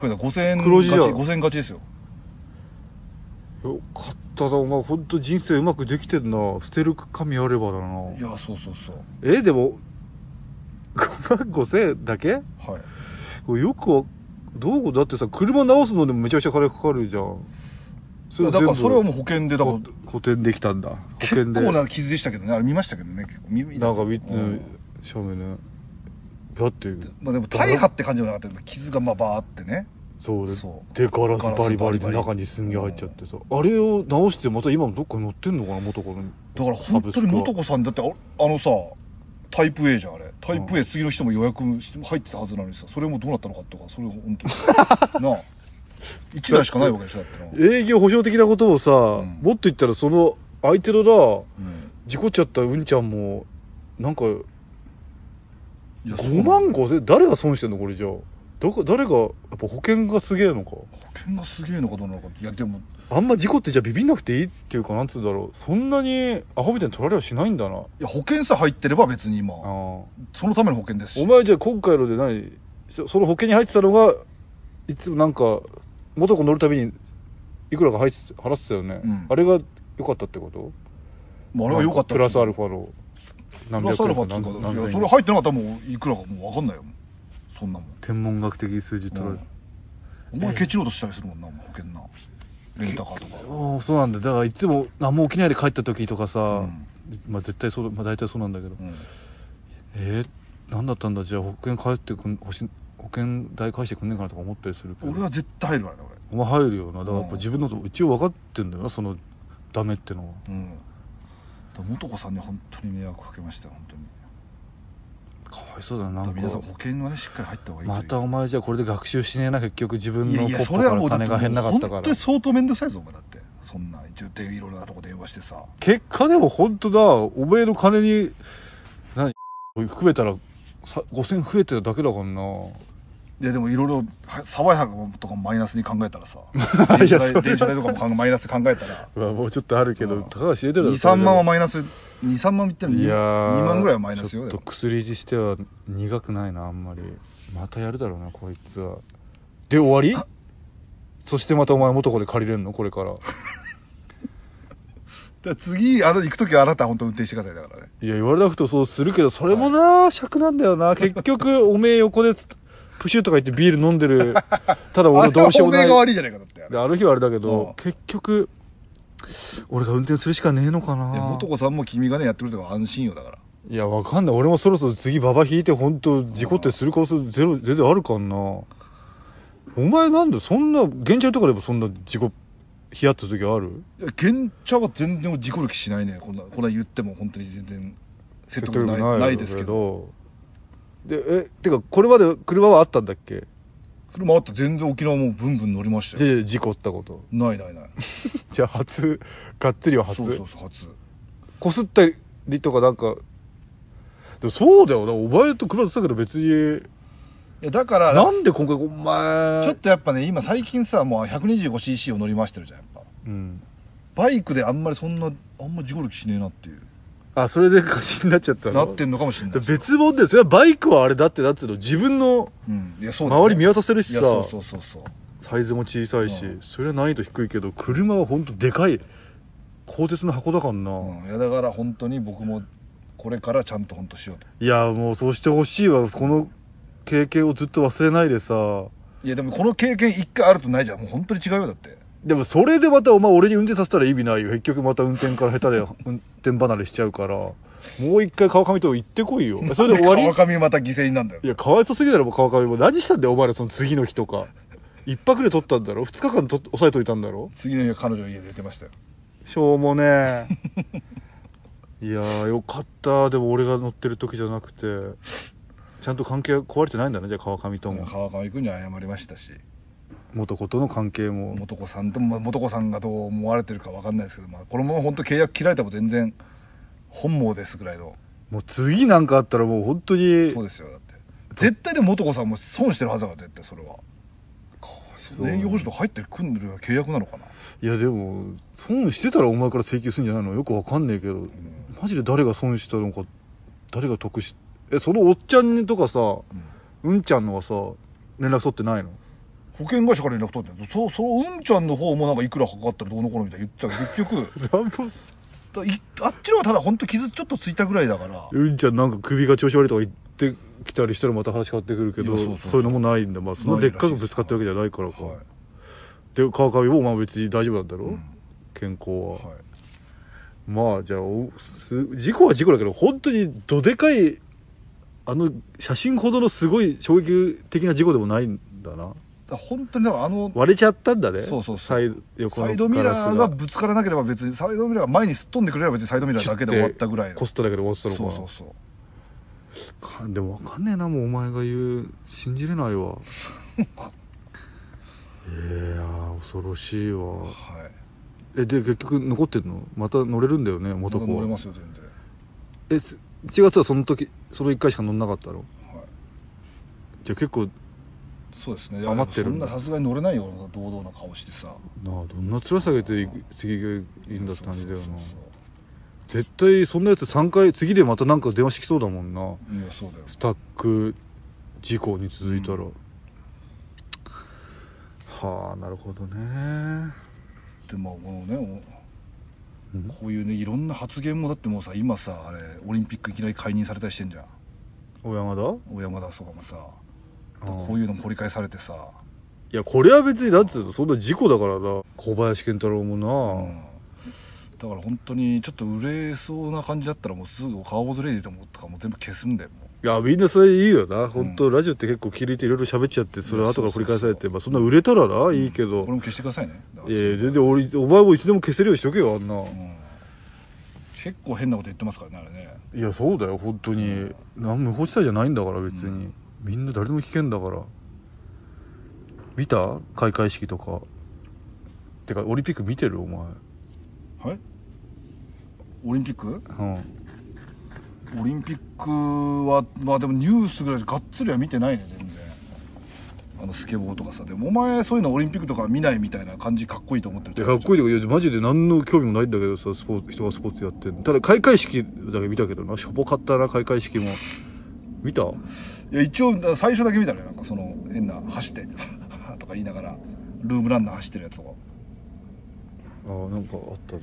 B: 5千円
A: 黒
B: 勝
A: 字
B: ち
A: じゃん
B: 5千円勝ちですよ
A: かったなお前ほんと人生うまくできてんな捨てる神あればだない
B: やそうそうそう
A: えでも5万5000円だけ
B: はい
A: これよくわどうだってさ車直すのでもめちゃくちゃ金かかるじゃんそ
B: だから
A: 全部
B: それはもう保険でだから
A: こ補填できたんだ保険
B: 結
A: で
B: 構な傷でしたけどねあれ見ましたけどね結構見
A: なんか見て
B: うん
A: しゃべねだって
B: まあでも大破って感じはなかったけど傷がまあバーってね
A: そうで
B: そう
A: でガラスバリバリ
B: ガ
A: で
B: ラス
A: 中
B: バリバリ
A: にすんげえ入っちゃってさあれを直してまた今もどっかに乗ってんのかな元からに
B: だから本当に元子さんだってああのさタイプ A じゃんあれタイプ A 次の人も予約して入ってたはずなのにさそれもどうなったのかとかそれを本当に (laughs) なあ1台しかないわけでしょだってな、
A: 営業保証的なことをさ、
B: ん
A: もっと言ったらその相手のな
B: う
A: 事故っちゃったうんちゃんもなんか
B: ん、いや
A: 5万5千誰が損してんのこれじゃあどこ誰がやっぱ保険がすげえのか
B: 保険がすげえのかどうなのかいやでも
A: あんま事故ってじゃあビビんなくていいっていうかなんつうんだろうそんなにアホみたいに取られはしないんだなあ
B: いや保険さえ入ってれば別に今
A: あ
B: そのための保険です
A: お
B: し
A: 前じゃあ今回ので何そその保険に入ってたのがいつもなんか元子乗るたびにいくらか入って払ってたよね、
B: うん
A: あれが良かったってこと
B: まああれは良かった
A: プラスアル
B: フ
A: ファの
B: ァ
A: 何
B: プラス
A: 百
B: ア
A: 円
B: ルフ
A: か
B: ァってい
A: 何
B: うかい
A: 何
B: や
A: 千
B: それ
A: 円
B: 入ってなかったらもういくらかもう分かんないよもうそんなもん
A: 天文学的数字取られて
B: お前ケチろうとしたりするもんなお前保険なレンタカーとか
A: ああそうなんだだからいつも何も起きないで帰った時とかさ、
B: う
A: まあ絶対そうまあ大体そうなんだけど
B: んうん
A: えー、何だったんだじゃあ保険返ってくん保し保険代返してくんねえかなとか思ったりするけど
B: 俺は絶対入るからね
A: お前入るよなだからやっぱ自分のこと一応分かってんだよなそのダメってのは
B: 俺うんだから元子さんに本当に迷惑かけましたよ本当に
A: かわいそうだなな
B: だから
A: ん
B: 皆さん
A: か
B: 保険はねしっかり入った方がいい
A: また
B: お
A: お前じゃあこれで学習しねえな結局自分
B: いや
A: の
B: い
A: ポ
B: や
A: ッ
B: そ
A: ポ
B: れ
A: か
B: は
A: ら
B: もうだって
A: 金が減んなかった
B: もう
A: か
B: 本当
A: ら
B: に相当面倒くさいぞお前だってそんな一応でいろんなとこ電話してさ
A: 結果でも本当だおめえの金に何含めたらさ5000増えてるだけだからない
B: やで (laughs) もいろいろは爽やかとかもマイナスに考えた
A: (laughs)
B: らさ電
A: いや
B: 車
A: それ
B: 代電車代とかも考えマイナス考えたら
A: うわもうちょっとあるけ
B: う
A: ど
B: ん
A: 高橋入れてる
B: 23万はマイナス23万いってるの
A: い
B: に
A: やー
B: 2万ぐらいはマイナスよ
A: ち
B: で
A: ょっ
B: も
A: と薬にしては苦くないなあんまりまたやるだろうなこいつはで終わりそしてまたお前元子で借りれんのこれから
B: だから次あの行く時はあなた本当運転してくださいだからね
A: いや言われなくてもそうするけどそれもな、尺なんだよな結局おめえ横でつプシューとか言ってビール飲んでるただ
B: あ
A: 俺
B: れ
A: どうしようも
B: は
A: な
B: (laughs) おめ
A: い
B: えが悪いじゃないかだってあれ
A: である日はあれだけ
B: う
A: ど
B: ん
A: 結局俺が運転するしかねえのかない
B: や元子さんも君がねやってるとか安心よだから
A: いやわかんない俺もそろそろ次ババ引いて本当事故ってする可能性ゼロ全然あるかんなお前なんでそんな現状とかでもそんな事故ヒヤッとする時ある
B: いや現茶は全然事故力しないねこんなこんな言っても本当に全然説得力ないないですけど
A: でえてかこれまで車はあったんだっけ
B: 車あったら全然沖縄もうブンブン乗りました
A: じ
B: よ
A: ゃあ事故ったこと
B: ないないない
A: じゃあ初がっつりは初
B: そうそうそう初
A: こすったりとかなんかでもそうだよなお前と車乗ってたけど別に
B: いやだから
A: なんで今回お前
B: ちょっとやっぱね今最近さもう 125cc を乗り回してるじゃんやっぱ
A: うん
B: バイクであんまりそんなあんま事故力しねえなっていう
A: あそれで過信になっちゃった
B: な
A: の
B: ってんのかもしれない、
A: 別物ですよバイクはあれだってだっての自分の
B: うん、いやそうだ、ね、
A: 周り見渡せるし
B: い
A: さ、
B: やそうそうそうそう
A: サイズも小さいし、
B: うん
A: それは難易度低いけど車はほんとでかい鋼鉄の箱だからな、
B: うん、いやだから本当に僕もこれからちゃんと本当しようと
A: いやもうそうしてほしいわこの経験をずっと忘れないでさ
B: いやでもこの経験一回あるとないじゃんもう本当に違うよだって
A: でもそれでまたお前俺に運転させたら意味ないよ結局また運転から下手で運転離れしちゃうからもう一回川上と行ってこいよそれで終わり
B: 川上また犠牲になるんだよ
A: いや、かわいそうすぎだろ、もう川上も。何したんだよ、お前らその次の日とか。一泊で撮ったんだろ二日間と抑えといたんだろ
B: 次の日は彼女の家で寝てましたよ
A: しょうもねえいやーよかったでも俺が乗ってる時じゃなくてちゃんと関係が壊れてないんだねじゃあ川上とも
B: 川上君には謝りましたし
A: 元子との関係も
B: 元子さんとも元子さんがどう思われてるかわかんないですけど、まあ、このまま本当契約切られても全然本望ですぐらいの
A: もう次なんかあったらもう本当に
B: そうですよだって絶対でも元子さんも損してるはずだから絶対それは
A: そう
B: 燃料保証と入ってくんでる契約なのかない
A: やでも損してたらお前から請求するんじゃないのよくわかんねえけどマジで誰が損したのか誰が得しえそのおっちゃんとかさ、うん、ちゃんのはさ連絡取ってないの
B: 保険会社から連絡取ってんのそうそううんちゃんの方もなんかいくらかかったらどうのこうのみたいな言ってたけど結局だいあっちのはただ本当傷ちょっとついたぐらいだから
A: うんちゃんなんか首が調子悪いとか言ってきたりしたらまた話変わってくるけど
B: い
A: そ
B: やそううそうそう
A: いうのもないんだまあそのでっかくぶつかってるわけじゃないからか、
B: はい、はい
A: で川上もまあ別に大丈夫なんだろ、健康は、まあじゃあおす事故は事故だけど本当にどでかいあの写真ほどのすごい衝撃的な事故でもないんだな
B: だから本当にだからあの
A: 割れちゃったんだね
B: そうそうそ
A: サ
B: う
A: イド横の
B: サイドミラー
A: ガ
B: が
A: ラス
B: ぶつからなければ別にサイドミラーが前にすっ飛んでくれれば別にサイドミラーだけで終わったぐらいの
A: コストだけで終わってた
B: そう
A: のか
B: そ
A: な
B: うそう
A: かでもわかんねえなもうお前が言う信じれない
B: (laughs)
A: わいやー恐ろしいわ
B: はい
A: えで結局残ってんのまた乗れるんだよね元
B: 男
A: 子
B: 乗れ
A: は
B: ますよ全然
A: えす7月はその時その1回しか乗んなかったの、じゃあ結構な
B: そうですね
A: 余ってる
B: そんなさすがに乗れないような堂々な顔してさ
A: あどんな面下げていく次がいいんだって感じだよな
B: そうそう
A: 絶対そんなやつ3回次でまたなんか電話してきそうだもんな
B: そういやそうだよ
A: スタック事故に続いたら、はあなるほどね
B: でまあこのねお
A: うん
B: こういうねいろんな発言もだってもうさ今さあれオリンピックいきなり解任されたりしてんじゃん
A: 小山田
B: 小山田とかもさ
A: ああ
B: こういうのも掘り返されてさ、
A: いやこれは別になんつうのそんな事故だからな小林健太郎も
B: うん、
A: な、
B: だから本当にちょっと売れそうな感じだったらもうすぐ顔ずれでともとかもう全部消すんだよもう
A: いやみんなそれいいよな本当、ラジオって結構聞いていろいろ喋っちゃってそれ後から振り返されてまあそんな売れたらないいけど、
B: これも消してくださいねだから
A: いやいや全然俺お前もいつでも消せるようにしとけよあんな、
B: 結構変なこと言ってますからねあれね
A: いやそうだよ本当に何無法地帯じゃないんだから別に、みんな誰でも聞けんだから見た開会式とかてかオリンピック見てるお前
B: はいオリンピック
A: うん
B: オリンピックはまあでもニュースぐらいでがっつりは見てないね全然あのスケボーとかさでもお前そういうのオリンピックとか見ないみたいな感じかっこいいと思ってる
A: いやかっこいいとかいやマジで何の興味もないんだけどさスポーツ人がスポーツやってんのただ開会式だけ見たけどなしょぼかったな開会式も見た
B: いや一応だから最初だけ見たらなんかその変な走って (laughs) とか言いながらルームランナー走ってるやつとか
A: あーなんかあったな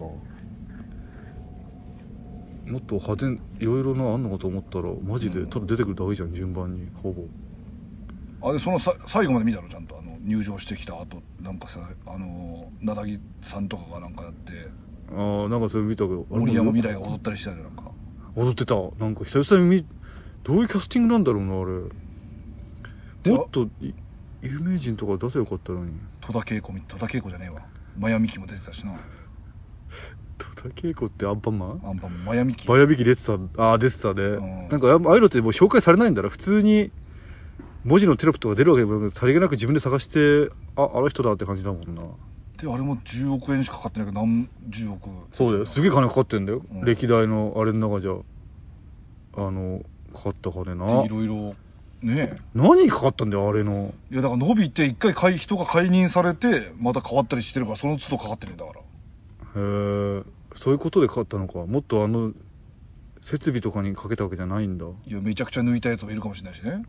A: もっと派手にいろいろなあんのかと思ったらマジでただ出てくるだけじゃん順番にほぼ
B: あでそのさ最後まで見たのちゃんとあの入場してきた後なんかさあのなだぎさんとかがなんかやって
A: ああなんかそれ見たけどあれも
B: 森山未来が踊ったりしてたじゃんなんか
A: 踊ってたなんか久々に見どういうキャスティングなんだろうなあれもっとい有名人とか出せばよかったのに
B: 戸田恵子み戸田恵子じゃねえわマヤミキも出てたしな
A: 戸田恵子ってアンパンマン
B: アンパンもマヤミキ
A: バヤビキ出てた、ああ、出てたね。
B: うん
A: なんか、ああいうのってもう紹介されないんだな。普通に、文字のテロップとか出るわけでもなく、さりげなく自分で探して、あ、あの人だって感じだもんな。
B: であれも10億円しかかかってないけど何十億
A: そうだよ。すげえ金かかってんだよ。
B: うん
A: 歴代の、あれの中じゃ。あの、かかった金な
B: でい。ろいろねえ
A: 何かかったんだよ、あれの。
B: いやだから伸びて一回解人が解任されてまた変わったりしてるからその都度かかってるんだから
A: へえ、そういうことでかかったのか。もっとあの、設備とかにかけたわけじゃないんだ。
B: いやめちゃくちゃ抜いたやつもいるかもしれないしね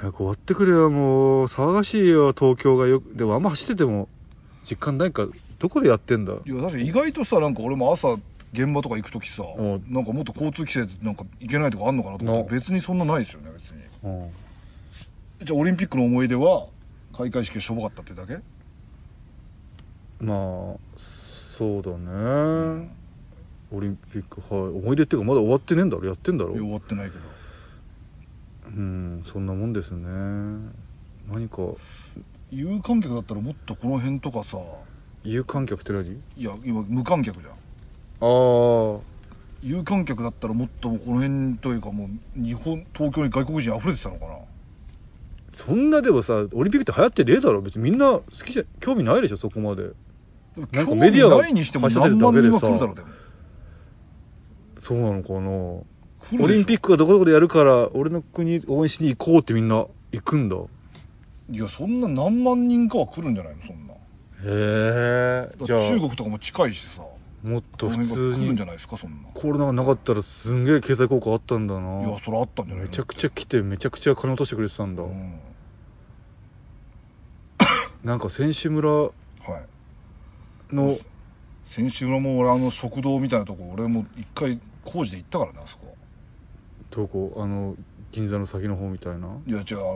A: 早く終わってくれよ、もう。騒がしいよ、東京がよく。でもあんま走ってても、実感ないから、どこでやってんだ
B: いやだって意外とさなんか俺も朝現場とか行く時さ
A: ん
B: なんかもっと交通規制でなんか行けないとかあんのかなと思って別にそんなないですよね別
A: う
B: に
A: ん
B: じゃあオリンピックの思い出は開会式がしょぼかったってだけ
A: まあそうだねオリンピックはい思い出っていうかまだ終わってねえんだろやってんだろ
B: いや終わってないけど
A: うんそんなもんですね何か
B: 有観客だったらもっとこの辺とかさ
A: 有観客って何
B: いや今無観客じゃん
A: ああ
B: 有観客だったらもっとこの辺というかもう日本東京に外国人溢れてたのかな
A: そんなでもさオリンピックって流行ってねえだろ別にみんな好きじゃ興味ないでしょそこまで
B: でも
A: なんか
B: 興味
A: メディアが
B: ないにしても何万人は来るだろうでも
A: そうなのかな
B: 来るでしょ
A: オリンピックがどこどこでやるから俺の国応援しに行こうってみんな行くんだへ
B: いやそんな何万人かは来るんじゃないのそんな
A: えじゃあ
B: 中国とかも近いしさ
A: もっと普
B: この辺が
A: 通
B: 来るん
A: に
B: じゃないですかそんな
A: コロナがなかったらすんげえ経済効果あったんだない
B: やそれあったんじゃない
A: めちゃくち
B: ゃ
A: ゃ来てめちゃくちゃ金落としてくれてたんだ、
B: うんはい
A: なんか選手村の
B: 先週はもう俺あの食堂みたいなとこ俺も一回工事で行ったからねあそこ
A: どこあの銀座の先の方みたいない
B: や違うあ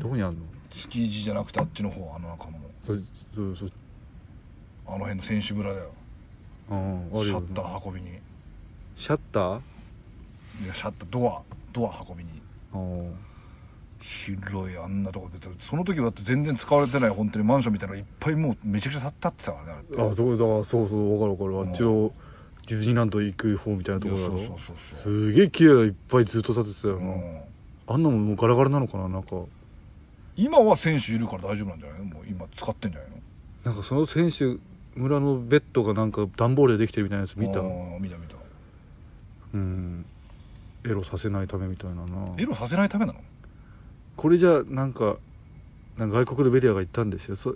B: の
A: どこにあんの
B: 築地じゃなくてあっちの方あの中も
A: そそそ
B: あの辺の選手村だよ
A: うん
B: シ
A: ある
B: ャ
A: よ
B: ッター運びにい
A: シャッター
B: やシャッタードアドア運びに
A: うん
B: 広いあんなとこでその時はだって全然使われてない本当にマンションみたいなのいっぱいもうめちゃくちゃ立ってたからねあれって
A: あそうだからそうそうわかるわかるあっちのディズニーランド行く方みたいなところだ
B: いやそ
A: ろ
B: うそうそうそう
A: すげえ綺麗だいっぱいずっと立ててたよな、
B: うん
A: あんなもんもうガラガラなのかななんか
B: 今は選手いるから大丈夫なんじゃないのもう今使ってんじゃないの
A: なんかその選手村のベッドがなんか段ボールでできてるみたいなやつ見た
B: あー見た見た
A: うんエロさせないためみたいなな
B: エロさせないためなの
A: これじゃなんかなんか外国のメディアが言ったんですよそ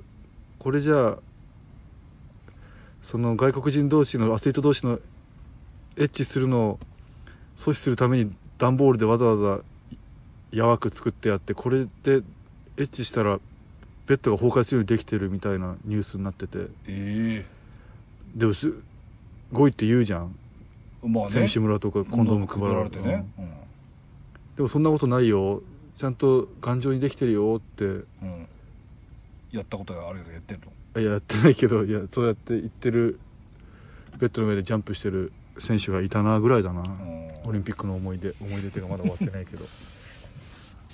A: これじゃその外国人同士のアスリート同士のエッチするのを阻止するために段ボールでわざわざやわく作ってやってこれでエッチしたらベッドが崩壊するようにできてるみたいなニュースになってて
B: え
A: でもすごいって言うじゃん
B: えまあね
A: 選手村とかコンドーム配られて
B: コンドーム配られ
A: ね
B: てね
A: でもそんなことないよちゃんと頑丈にできてるよって
B: うん、うん、やったことがあるやつやってるの
A: いややってないけどいやそうやって言ってるベッドの上でジャンプしてる選手がいたなぐらいだな、
B: うん
A: オリンピックの思い出思い出っていうかまだ終わって
D: (laughs)
A: ないけど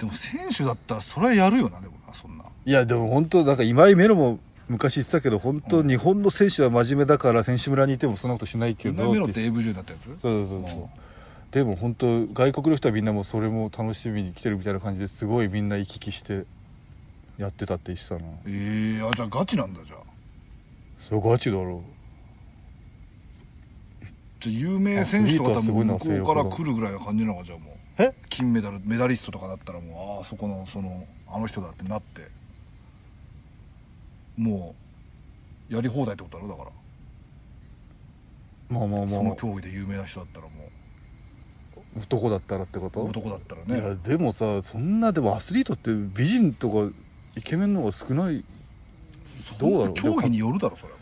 B: でも選手だったらそれはやるよなでもなそんない
D: やでも本当なんか今井メロも昔言ってたけど本当日本の選手は真面目だから選手村にいてもそんなことしないけ
B: 4
D: ど
B: 代目のって
D: そう
B: AV 女だったやつ
D: そうそうそうでも本当外国の人はみんなもうそれも楽しみに来てるみたいな感じですごいみんな行き来してやってたって言ってたな
B: ええあじゃあガチなんだじゃあ
D: それガチだろ
B: じゃあ有名選手とか多
D: アスリートはすごいな
B: 分向こうから来るぐらいな感じなのかじゃあもう
D: え
B: 金メダルメダリストとかだったらもうああそこのそのあの人だってなってもうやり放題ってことだろだから
D: まあまあまあ
B: そ
D: まあ
B: の競技で有名な人だったらも
D: 男だったらってこと
B: う男だったら
D: い
B: ね
D: やでもさそんなでもアスリートって美人とかイケメンの方が少ない
B: そ
D: どうだろ
B: ん
D: う
B: な競技によるだろそれは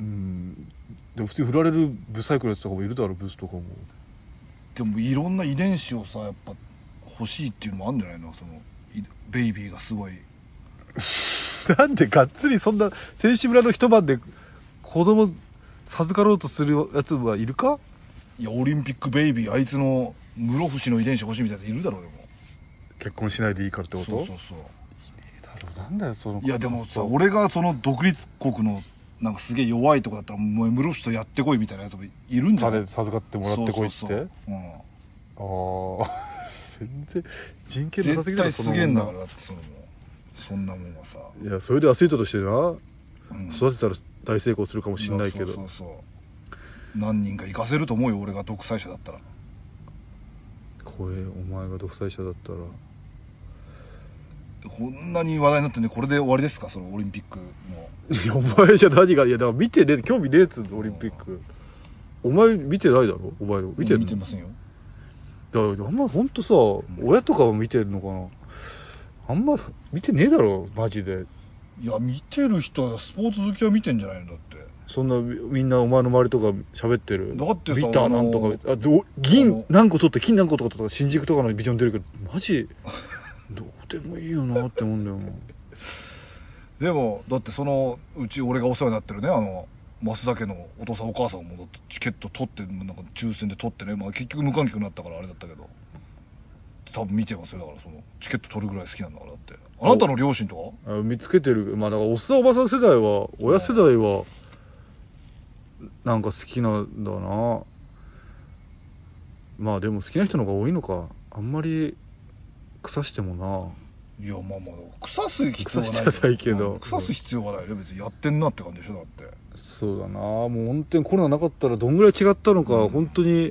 D: うんでも普通に振られるブサイクのやつとかもいるだろブスとかも (laughs)
B: でもいろんな遺伝子をさやっぱ欲しいっていうのもあるんじゃないのそのいベイビーがすごい
D: なんでがっつりそんな選手村の一晩で子供授かろうとするやつはいるか
B: いやオリンピックベイビーあいつの室伏の遺伝子欲しいみたいなやついるだろうでも
D: 結婚しないでいいからってこと
B: そうそうそう
D: だろうなんだよその
B: いやでもさ
D: そう
B: 俺がその独立国のなんかすげえ弱いとこだったらもう室伏とやってこいみたいなやつもいるんじゃない
D: 種授かってもらってこいって
B: そうそうそう
D: ああ (laughs) 全然人
B: うん、
D: 権なさすぎ
B: 絶
D: だろ
B: 対
D: そ
B: す
D: の
B: げえんだ
D: 女
B: からだってそのそんなもんはさ、
D: いやそれでアスリートとしてな
B: うん
A: 育てたら大成功するかもしんないけど
B: そうそうそう何人か行かせると思うよ俺が独裁者だったら
A: これお前が独裁者だったら
B: こんなに話題になってんでこれで終わりですかそのオリンピックの
A: (laughs) いやお前じゃ何がいやだから見てねえ興味ねえっつうのオリンピックお前見てないだろお前の見てる
B: 見
A: の
B: てませんよ
A: だからあんまほんとさ、親とかは見てるのかなあんま見てねえだろマジで
B: いや見てる人はスポーツ好きは見てんじゃないのだって
A: そんなみみんなお前の周りとか喋ってる
B: だってさ
A: 見た
B: あの
A: なんとかあど銀
B: あの
A: 何個取って金何個とかとか新宿とかのビジョン出るけどマ (laughs) ジどうでもいいよなって思うんだよな
B: でもだってそのうち俺がお世話になってるねあの増田家のお父さんお母さんもだってチケット取ってなんか抽選で取ってね、まあ、結局無観客になったからあれだったけど多分見てますよだからそのチケット取るぐらい好きなんだからだってあなたの両親とは
A: あ見つけてるまあだからおっさんおばさん世代は親世代はなんか好きなんだなまあでも好きな人の方が多いのかあんまり腐してもない
B: やまあまあ腐す必要はないよ
A: 腐しちゃないけど
B: うん腐す必要はないよ別にやってんなって感じでしょだって
A: そうだなもう本当にコロナなかったらどんぐらい違ったのか、
B: うん
A: 本当に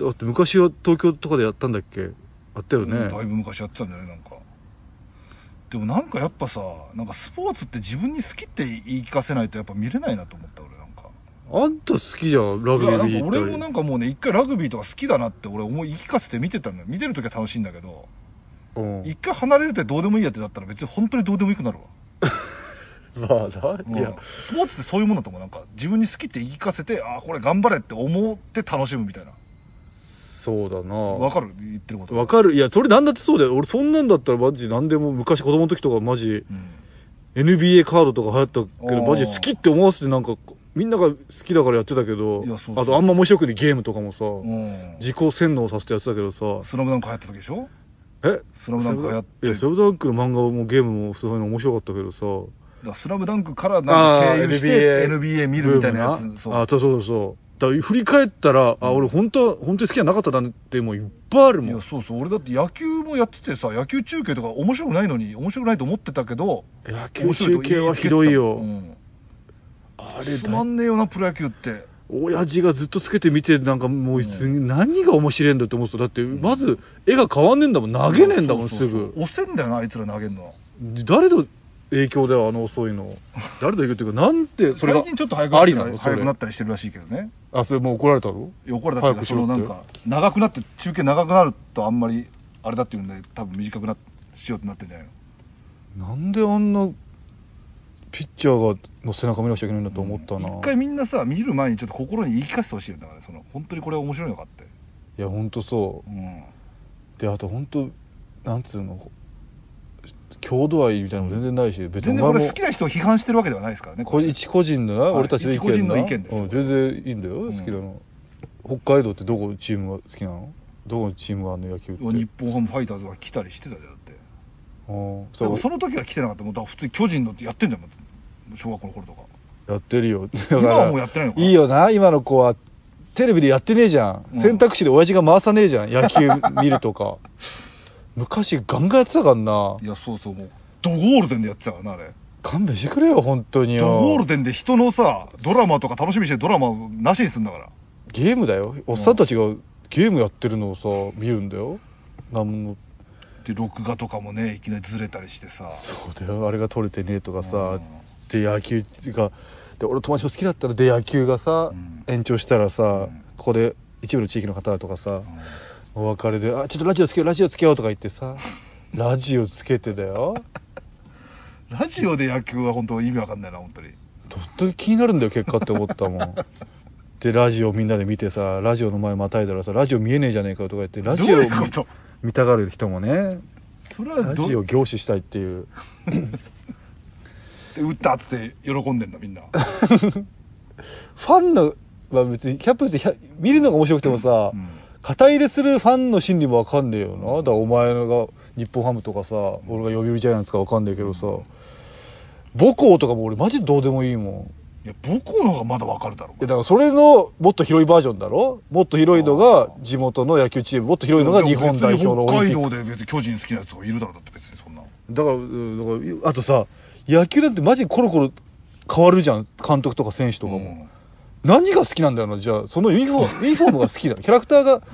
A: だって昔は東京とかでやったんだっけあったよね、
B: だいぶ昔やってたんじゃないなんかでもなんかやっぱさなんかスポーツって自分に好きって言い聞かせないとやっぱ見れないなと思った俺なんか
A: あんた好きじゃんラグビー
B: い
A: で
B: やなん
A: 行
B: か
A: っ
B: 俺
A: た
B: も
A: り
B: なんかもうね一回ラグビーとか好きだなって俺思い言い聞かせて見てたのよ見てる時は楽しいんだけど
A: うん
B: 一回離れるってどうでもいいやってだったら別に本当にどうでもよくなるわ、
A: (laughs) まあ
B: うん
A: ないや
B: スポーツってそういうもんだと思うなんか自分に好きって言い聞かせてああこれ頑張れって思って楽しむみたいな
A: そうだな
B: わかる言ってること
A: わかるいやそれなんだってそうだよ俺そんなんだったらマジ何でも昔子供の時とかマジ
B: うん、
A: NBA カードとか流行ったけど
B: おー
A: マジ好きって思わせてなんかみんなが好きだからやってたけど
B: いやそうそう
A: あとあんま面白くないゲームとかもさ、
B: うん
A: 自己洗脳させてやってたけどさ
B: スラムダンク流行った時でしょ
A: え
B: スラムダンク流行っ
A: い
B: て
A: や、セブダンクの漫画もゲームもすごいの面白かったけどさ。
B: だからスラムダンクからなんか経由して NBA 見るみたいなや
A: ブーム
B: つそう
A: あ、そうそうそう。だから振り返ったら、あ、俺本当は、本当に好きじゃなかったなんてもういっぱいある
B: い
A: もん。
B: や
A: い
B: そうそう俺だって野球もやっててさ野球中継とか面白くないのに面白くないと思ってたけど
A: や、九州系はひどいよ。
B: うん
A: あれ
B: つま
A: だ、
B: んねえよなプロ野球って
A: 親父がずっとつけて見て、なんかもうすげえ、何が面白いんだって思ってた。だって、
B: ん
A: まず、絵が変わんねえんだもん。投げねえんだもん、
B: そ
A: す
B: うそうそう
A: ぐ。
B: 押せんだよなあいつら投げんの
A: 誰の影響だよ、あの遅い
B: (laughs)
A: の。誰の影響っていうか、なんて、それが
B: 最、近ちょっと早くなったり
A: ありなのそれ
B: 早くなったりしてるらしいけどね
A: あ、それもう怒られたの
B: 横らだってい
A: 早
B: う
A: く
B: か
A: し
B: そ
A: ろ
B: の
A: って
B: なんか長くなって中継長くなるとあんまりあれだっていうんで多分短くなしようってなってんじゃないの
A: なんであんなピッチャーがの背中見なくちゃいけないんだと思ったな、
B: 一
A: い
B: 回みんなさ見る前にちょっと心に言い聞かせてほしいよだからその本当にこれ面白いのかって
A: やほんとそ
B: うん
A: うであとほんとなんつうの郷土愛みたいなの全然ないし、別
B: 全
A: に
B: 然こ
A: お前
B: れ
A: も
B: 好きな人を批判してるわけではないですからね
A: これ一個人のな、
B: はい
A: 俺たちの意見な
B: 一個人の意見です
A: うん、全然いいんだよ好
B: ん
A: きだの、北海道ってどこのチームが好きなのどこのチームがあの野球って
B: 日本ハムファイターズが来たりしてたじゃんだって
A: うん
B: で
A: そ
B: も
A: う
B: その時は来てなかったもうだから普通に巨人のってやってんじゃんもう小学校の頃とか
A: やってるよだ
B: 今はも
A: か
B: うやってないのから
A: いいよな今の子はテレビでやってねえじゃん、
B: うん
A: 選択肢で親父が回さねえじゃん野球見るとか (laughs) 昔ガンガンやってたからない
B: やそうそうもうドゴールデンでやってたからなあれ
A: 勘弁してくれよ本当に
B: ドゴー
A: よ
B: ルデンで人のさドラマとか楽しみにしてるドラマをなしにすんだから
A: ゲームだよおっさんたちがゲームやってるのをさ見るんだよなんの
B: で録画とかもねいきなりずれたりしてさ
A: そうだよあれが取れてねえとか
B: う
A: さ
B: ん
A: で野球がで俺友達も好きだったらで野球がさ
B: うん
A: 延長したらさ
B: うん
A: ここで一部の地域の方とかさ
B: うん
A: お別れで「あちょっとラジオつけようラジオつけよう」とか言ってさラジオつけてだよ
B: ラジオで野球は本当意味わかんないな本当に
A: とっと気になるんだよ結果って思った
B: (laughs)
A: もんでラジオみんなで見てさラジオの前またいだらさラジオ見えねえじゃねえかとか言ってラジ
B: ど
A: オ
B: う
A: を
B: いうこと
A: 見たがる人もね
B: それは
A: ラ
B: ど
A: ジオ凝視したいっていう
B: 打ったっつって喜んでんだみんな
A: ファンの、まあ、別にキャップして見るのが面白くてもさ、
B: うん
A: 肩入れするファンの心理もわかんねえよなだからお前が日本ハムとかさ俺が呼びジャイアンツかわかんねえけどさ母校とかも俺マジでどうでもいいもん
B: いや母校の方がまだわかるだろ
A: えだからそれのもっと広いバージョンだろもっと広いのが地元の野球チームもっと広いのが日本代表のオリンピック
B: でも別に北海道で別に巨人好きなやつがいるだろうだって別にそんな
A: だからうんだからあとさ野球なんてマジコロコロ変わるじゃん監督とか選手とかも、何が好きなんだよなじゃあそのユニフォ
B: (laughs)
A: ームユニフォームが好きなのキャラクターが好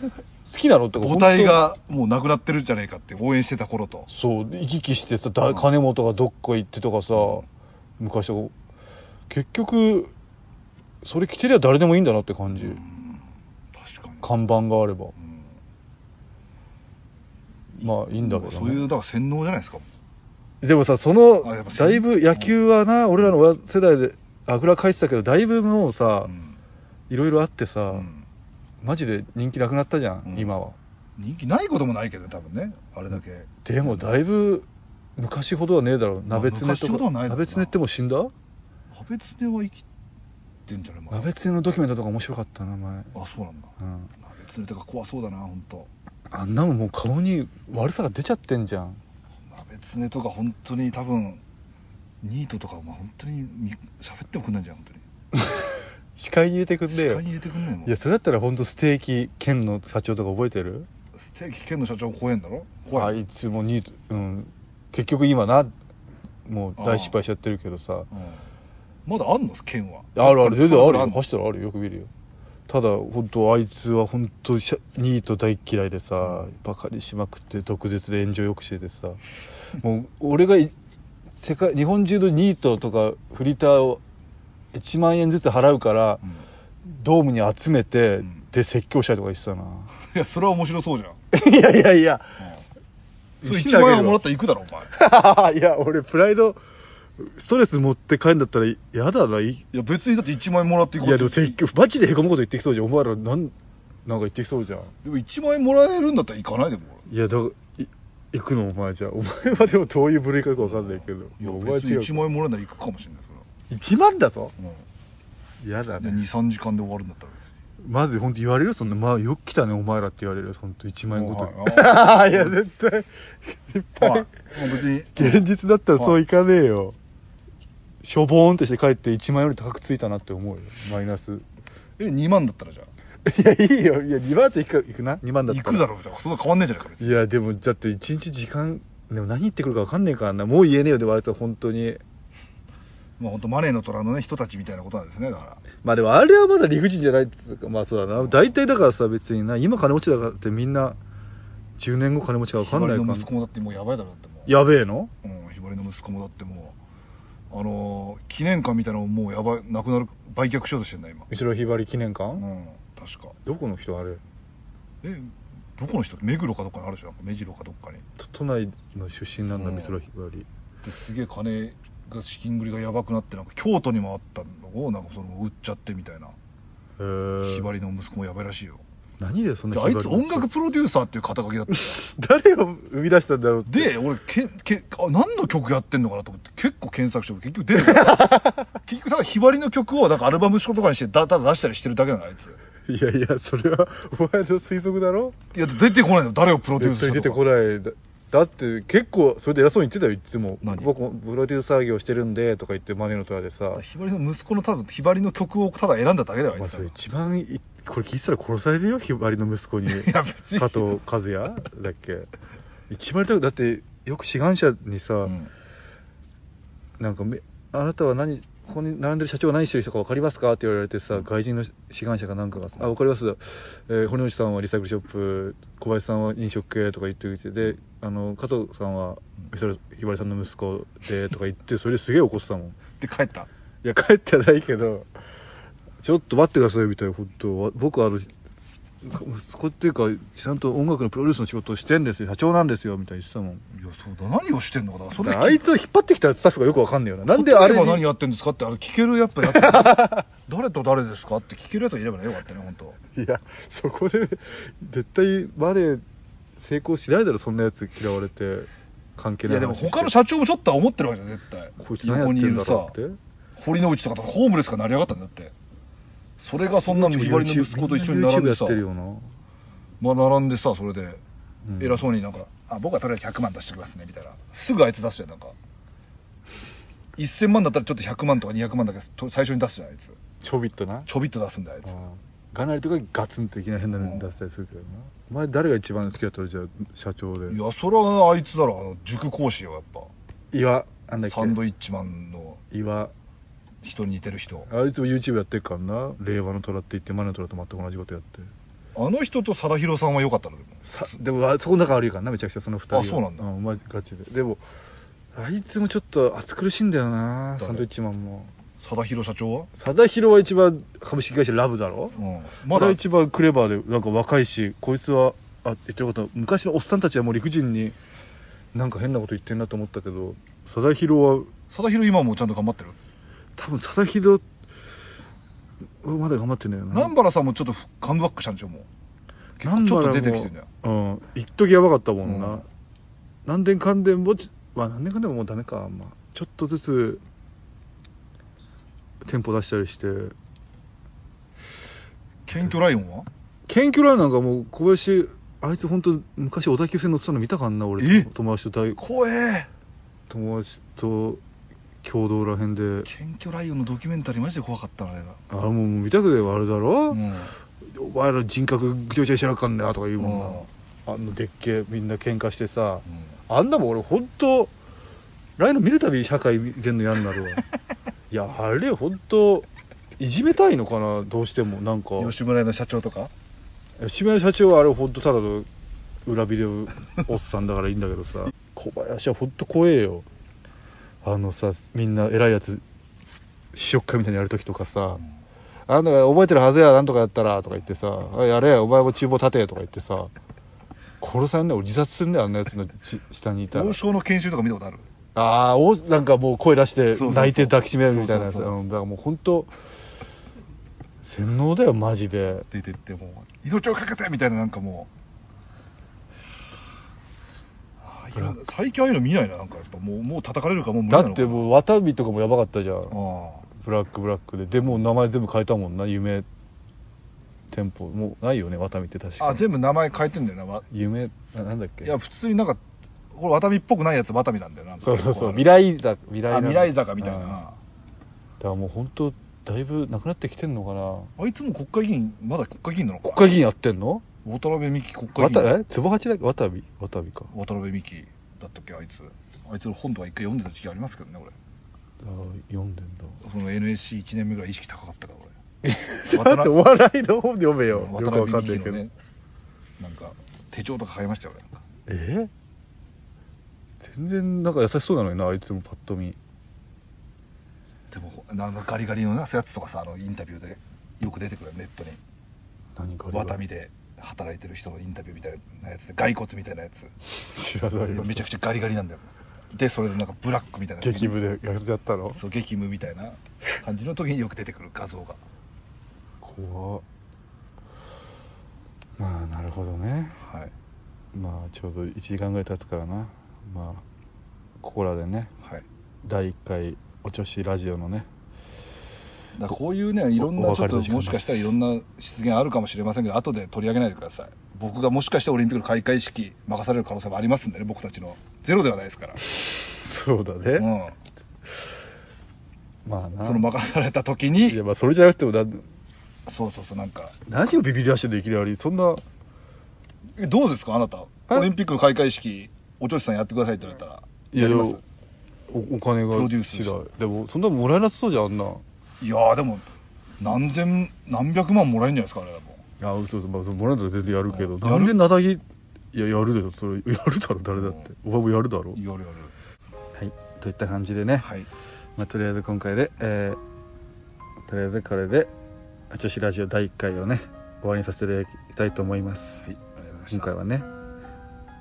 A: きなのって
B: 母体がもうなくなってるんじゃねえかって応援してた頃と
A: そう行き来してさだ金本がどっか行ってとかさ昔とか結局それ着てりゃ誰でもいいんだなって感じ
B: 確かに
A: 看板があればまあいいんだけど、ね、
B: そういうだから洗脳じゃないですか
A: でもさその
B: あやっぱ
A: だいぶ野球はな俺らの親世代であぐらかいてたけどだいぶもうさ
B: うん
A: いろいろあってさ、
B: うん
A: マジで人気なくなったじゃん、
B: うん
A: 今は
B: 人気ないこともないけどね多分ねあれだけ
A: でもだいぶ昔ほどはねえだろう鍋つねと
B: 昔ほど
A: か
B: はないだろうな
A: 鍋つねってもう死んだ
B: 阿部常は生きてんじゃねえ
A: 鍋つねのドキュメントとか面白かったな前、うん、
B: あそうなんだ阿部常とか怖そうだな本当
A: あんなもんもう顔に悪さが出ちゃってんじゃん
B: 阿部スネとか本当に多分ニートとかお前本当にみ喋ってもくんないんじゃん本当に
A: 視界に入れてくんねえ
B: 視
A: よ
B: 界に入れてくんないもん
A: いやそれだったらほんとステーキ県の社長とか覚えてる
B: ステーキ県の社長怖えんだろ
A: あ
B: 怖い、
A: いつもに、うん、結局今なもう大失敗しちゃってるけどさ
B: うん、まだあんの県は
A: あるある全然ある
B: あ
A: よ
B: る
A: 走ったらあるよよく見るよただ本当あいつは本当シャニート大嫌いでさバカにしまくって毒舌で炎上よくしててさもう俺がい世界日本中のニートとかフリーターを1万円ずつ払うから
B: うん
A: ドームに集めて、
B: うん
A: で説教したいとか言ってたな
B: (laughs) いやそれは面白そうじゃん、
A: いやいやいや
B: うん、それ
A: 石
B: 1
A: 投げるわ
B: 万円もらったら行くだろお
A: (laughs)
B: 前
A: いや俺プライドストレス持って帰んだったらやだない
B: いや別にだって1万円もらっていく
A: いやでも説教マジでへこむこと言ってきそうじゃんお前らなんなんか言ってきそうじゃん
B: でも1万円もらえるんだったら行かないでも俺
A: いやだからい行くのお前じゃあお前はでもどういう部類かよくわかんないけど
B: いや
A: もうお前
B: 別
A: 違
B: に
A: う
B: 1万円もらえなら行くかもしれないそれは
A: 1万だぞ
B: うん
A: やだね
B: 23時間で終わるんだったら (laughs) 別に
A: まず本当言われるそんなまあよく来たねお前らって言われる本当1万円ごとに
B: はいあ
A: ああ (laughs) いや絶対
B: ーはいもう別に
A: 現実だったらそういかねえよしょぼーんってして帰って1万円より高くついたなって思うよマイナス
B: え2万だったらじゃあ
A: いやいいよいや2万っていくいくな2万だっ
B: 行
A: た
B: く
A: ら
B: だろうじゃあそんな変わんねえじゃないか別に
A: いやでもだって一日時間でも何言ってくるか分かんねえからなもう言えねえよでもあいつは本当に
B: まあ本当マネーの虎のね人たちみたいなことなんですねだから
A: まあでもあれはまだ理不尽じゃないっつうかまあそうだな大体だからさ別にな今金持ちだからってみんな10年後金持ちか分かんない
B: ひば
A: か
B: りの
A: ら
B: 息子もだってもうやばいだろだっても
A: やべえの
B: う、うん、ひばりの息子もだってもうあのー記念館みたいなのももうやばいなくなる売却しようとしてんだ今
A: 後ろひばり記念館、
B: うん確か
A: どこの人あれ
B: えどこの人目黒かどっかにあるじゃん目白かどっかに
A: 都都内の出身なんだ
B: うん
A: 美空ひばり
B: ですげえ金が資金繰りがやばくなってなんか京都にもあったのをなんかその売っちゃってみたいな
A: へ
B: ひ
A: え
B: ばりの息子もやばいらしいよ
A: 何でそん
B: で
A: な
B: あ
A: ひ
B: い
A: ば
B: つ
A: り
B: 音楽プロデューサーっていう肩書きだった
A: 誰を生み出したんだろうって (laughs)
B: で俺けけあ何の曲やってんのかなと思って結構検索しても結局出てくる (laughs) 結局ただひばりの曲をなんかアルバムとかにしてだただ出したりしてるだけなのあいつ
A: いやいやそれはお前の推測だろ
B: いや出てこないの誰をプロデュー
A: 絶
B: ス
A: 対
B: し
A: 出
B: た
A: て
B: と
A: こ
B: か
A: ないだだって結構それで偉そうに言ってたよいつも
B: 何
A: 僕もプロデューサー業してるんでとか言ってマネのとやでさ
B: ひばりの息子の多分ひばりの曲をただ選んだだけだよあ
A: ま
B: い
A: あ、
B: つ
A: そ
B: は
A: れ
B: い
A: 一番いこれ聞いてたら殺されるよひばりの息子 (laughs) に
B: や別に
A: 加藤和也だっけ一番やりたくだってよく志願者にさ、
B: うん
A: なんかめあなたは何ここに並んでる社長は何してる人か分かりますかって言われてさ外人の志願者かなんかが「あ分かります、えー堀之内さんはリサイクルショップ小林さんは飲食系」とか言ってきてであの加藤さんはそれひばりさんの息子でとか言ってそれですげえ怒ってたもんい
B: で帰った
A: や帰ってはないけどちょっと待ってくださいみたいな本当わ僕はあの息子っていうかちゃんと音楽のプロデュースの仕事をしてんですよ社長なんですよみたいに言ってたもん
B: いやそうだ何をしてんのかなそれ
A: あいつを引っ張ってきたスタッフがよく分かんねえよななんであれ
B: こっち
A: に
B: は何やってんですかってあれ聞ける (laughs) やっぱやつ誰と誰ですかって聞けるやつがいればねよかったね本当
A: いや、そこで、絶対バレー成功しないだろ、そんなやつ嫌われて、関係
B: い
A: ない
B: やでも他の社長もちょっとは思ってるわけじゃん絶対
A: こいつ何やってんだろうって。
B: 堀之内とかホームレスが成り上がったんだってそれがそんなのひばりの息子と一緒に
A: みんな
B: 並
A: YouTube や
B: んで
A: っ
B: さ
A: てるよな。
B: まあ並んでさそれで
A: うん
B: 偉そうになんか「あ僕はとりあえず100万出してきますね」みたいなすぐあいつ出すじゃんなんか1000万だったらちょっと100万とか200万だけと最初に出すじゃんあいつ
A: ちょびっとな。
B: ちょびっと出すんだよあいつ
A: ガナリとかガツンといきなり変なの出したりするけどな。お前誰が一番好きだったらじゃあ、社長で
B: い。やそれはあいつだろあの塾講師よやっ
A: 岩、なんだ
B: ぱ
A: っ
B: サン
A: け
B: ドイッチマンの
A: 岩。
B: 人に似てる人
A: あいつも YouTube やってるからな。令和の虎って言って、前の虎と全く同じことやって。
B: あの人と貞弘さんは良かったのでも
A: さでもあそこ仲悪いからなめちゃくちゃその二人は
B: あそうなんだ
A: マジガチででもあいつもちょっと暑苦しいんだよな
B: 誰
A: サンドイッチマンも
B: 貞弘社長は
A: 貞弘は一番株式会社ラブだろ
B: うん
A: ま
B: ま
A: だ
B: だ
A: 一番クレバーでなんか若いしこいつはあ言ってること昔のおっさんたちはもう理不尽になんか変なこと言ってんなと思ったけど貞弘は
B: 貞弘今もちゃんと頑張ってる
A: 多分貞弘はまだ頑張ってんだよな
B: 南原さんもちょっとカムバックしたんでしょもう結構ちょっと出てきてんだよ
A: うん一時やばかったもんな、
B: うん
A: 何年間でもち、まあ、何年間でももうダメか、まあ、ちょっとずつテンポ出したりして
B: 謙虚ライオンは
A: 謙虚ライオンなんかもう小林あいつ本当昔小田急線乗ってたの見たかんな俺
B: え
A: 友達と大
B: 怖え
A: 友達と共同らへんで
B: 謙虚ライオンのドキュメンタリーマジで怖かったなあれが
A: あもうもう見たくてあれだろ、
B: うん
A: お前ら人格ぐちゃぐちゃにしなあかんねとか言うもんな、
B: うん
A: あのでっけえみんな喧嘩してさあんなもん俺ほんと来の見るたび社会見てんの嫌になるわいやあれほんといじめたいのかなどうしてもなんか
B: 吉村屋の社長とか
A: 吉村社長はあれほんとただの裏ビデオおっさんだからいいんだけどさ小林はほんと怖えよあのさみんな偉いやつ試食会みたいにやる時とかさ「あんたが覚えてるはずやなんとかやったら」とか言ってさ「あやれお前も厨房立て」とか言ってさ殺さんね俺自殺するねあんなやつのち下にいたら
B: 王将の研修とか見たことある
A: ああおなんかもう声出して
B: そうそう
A: 泣いて抱きしめるみたいなやつ
B: そうそう
A: うんだからもうほんと洗脳だよマジで
B: 出てってもう命をかけてみたいななんかもう
A: ブラ
B: 最近ああいうの見ないななんかやっぱもうもう叩かれるかもう無理
A: だ
B: なの
A: っ
B: か
A: てもうワタミとかもやばかったじゃん
B: あ
A: ブラックブラックででもう名前全部変えたもんな夢店舗もうないよねワタミって確
B: ああ
A: かに
B: 全部名前変えてんだよなわ
A: 夢ななんだっけ
B: いや普通になんかこれワタミっぽくないやつワタミなんだよな
A: そうそうそう未
B: 未
A: 来だ未来
B: 来
A: だ
B: 未来坂みたいな
A: うんだか
B: あ
A: らもう本当だいぶなくなってきてんのかない
B: つも国会議員まだ国会議員なのか
A: 国会議員やってんの
B: 渡辺美樹国会
A: わ
B: 議員
A: たえつぼはちだっけワタミワタミか
B: 渡辺美樹だったっけあいつあいつの本とか一回読んでた時期ありますけどね
A: あ
B: 俺
A: ー読んでんだ
B: その NSC1 年目ぐらい意識高かったから
A: (laughs) だ
B: 俺
A: ってお笑いの本読めよよ
B: 渡
A: くわ
B: 辺
A: かん
B: 美
A: ない
B: 樹
A: け
B: の
A: ど、
B: ねなんか手帳とか買いましたよ俺なん
A: え
B: か
A: 全然なんか優しそうなのになあいつもパッと見
B: でもほなんかガリガリのなそういうやつとかさあのインタビューでよく出てくるよネットに
A: 何かあれば
B: ワタミで働いてる人のインタビューみたいなやつで骸骨みたいなやつ
A: 知らないよ
B: めちゃくちゃガリガリなんだよでそれでなんかブラックみたいな
A: 激務でやっちゃったの
B: そう激務みたいな感じの時によく出てくる画像が
A: 怖っまあなるほどね
B: はい
A: まあちょうど1時間ぐらい経つからなまあここらでね
B: はい
A: 第1回お調子ラジオのね
B: だからこういうねいろんな
A: お
B: ちょっと
A: お別れの時間
B: もしかしたらいろんな失言あるかもしれませんけど後で取り上げないでください僕がもしかしてオリンピックの開会式任される可能性もありますんでね僕たちのゼロではないですから、
A: (laughs) そうだ
B: う
A: ね
B: ん、
A: まあな
B: その任された時
A: い
B: に
A: やまあそれじゃなくてもだ
B: そうそうそうなんか
A: 何をビビり出してできるよりそんな
B: えどうですかあなたオリンピックの開会式お調子さんやってくださいって言われたら
A: いや
B: やり
A: で
B: ま
A: も
B: す
A: おお金が
B: プロデュース
A: 次第でもそんなもらえなさそうじゃんあんない
B: やーでも何千何百万もらえるんじゃないですかあれだも
A: あ嘘そうまあそのもらえたら全然やるけど
B: うん
A: なんでなだぎいややるでしょそれ (laughs) やるだろ誰だってお前もやるだろ
B: んやるやる
D: はいといった感じでね、
B: はい
D: まあ、とりあえず今回で、えーとりあえずこれで女子ラジオ第1回をね終わりにさせていただきたいと思います
B: はいありがとうございました
D: 今回はね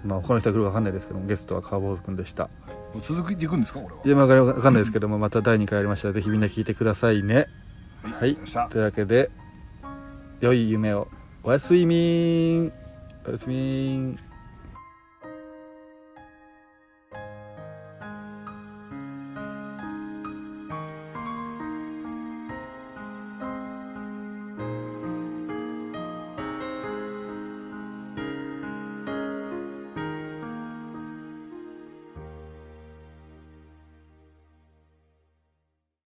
D: まあ他の人が来るか分かんないですけどもゲストはカーボーズくんでした
B: はいもう続けていくんですかこれはい
D: やまあ分かんないですけどもまた第2回やりましたらぜひみんな聞いてくださいね
B: ありがとうございました
D: というわけで良い夢をおやすみーんおやすみーん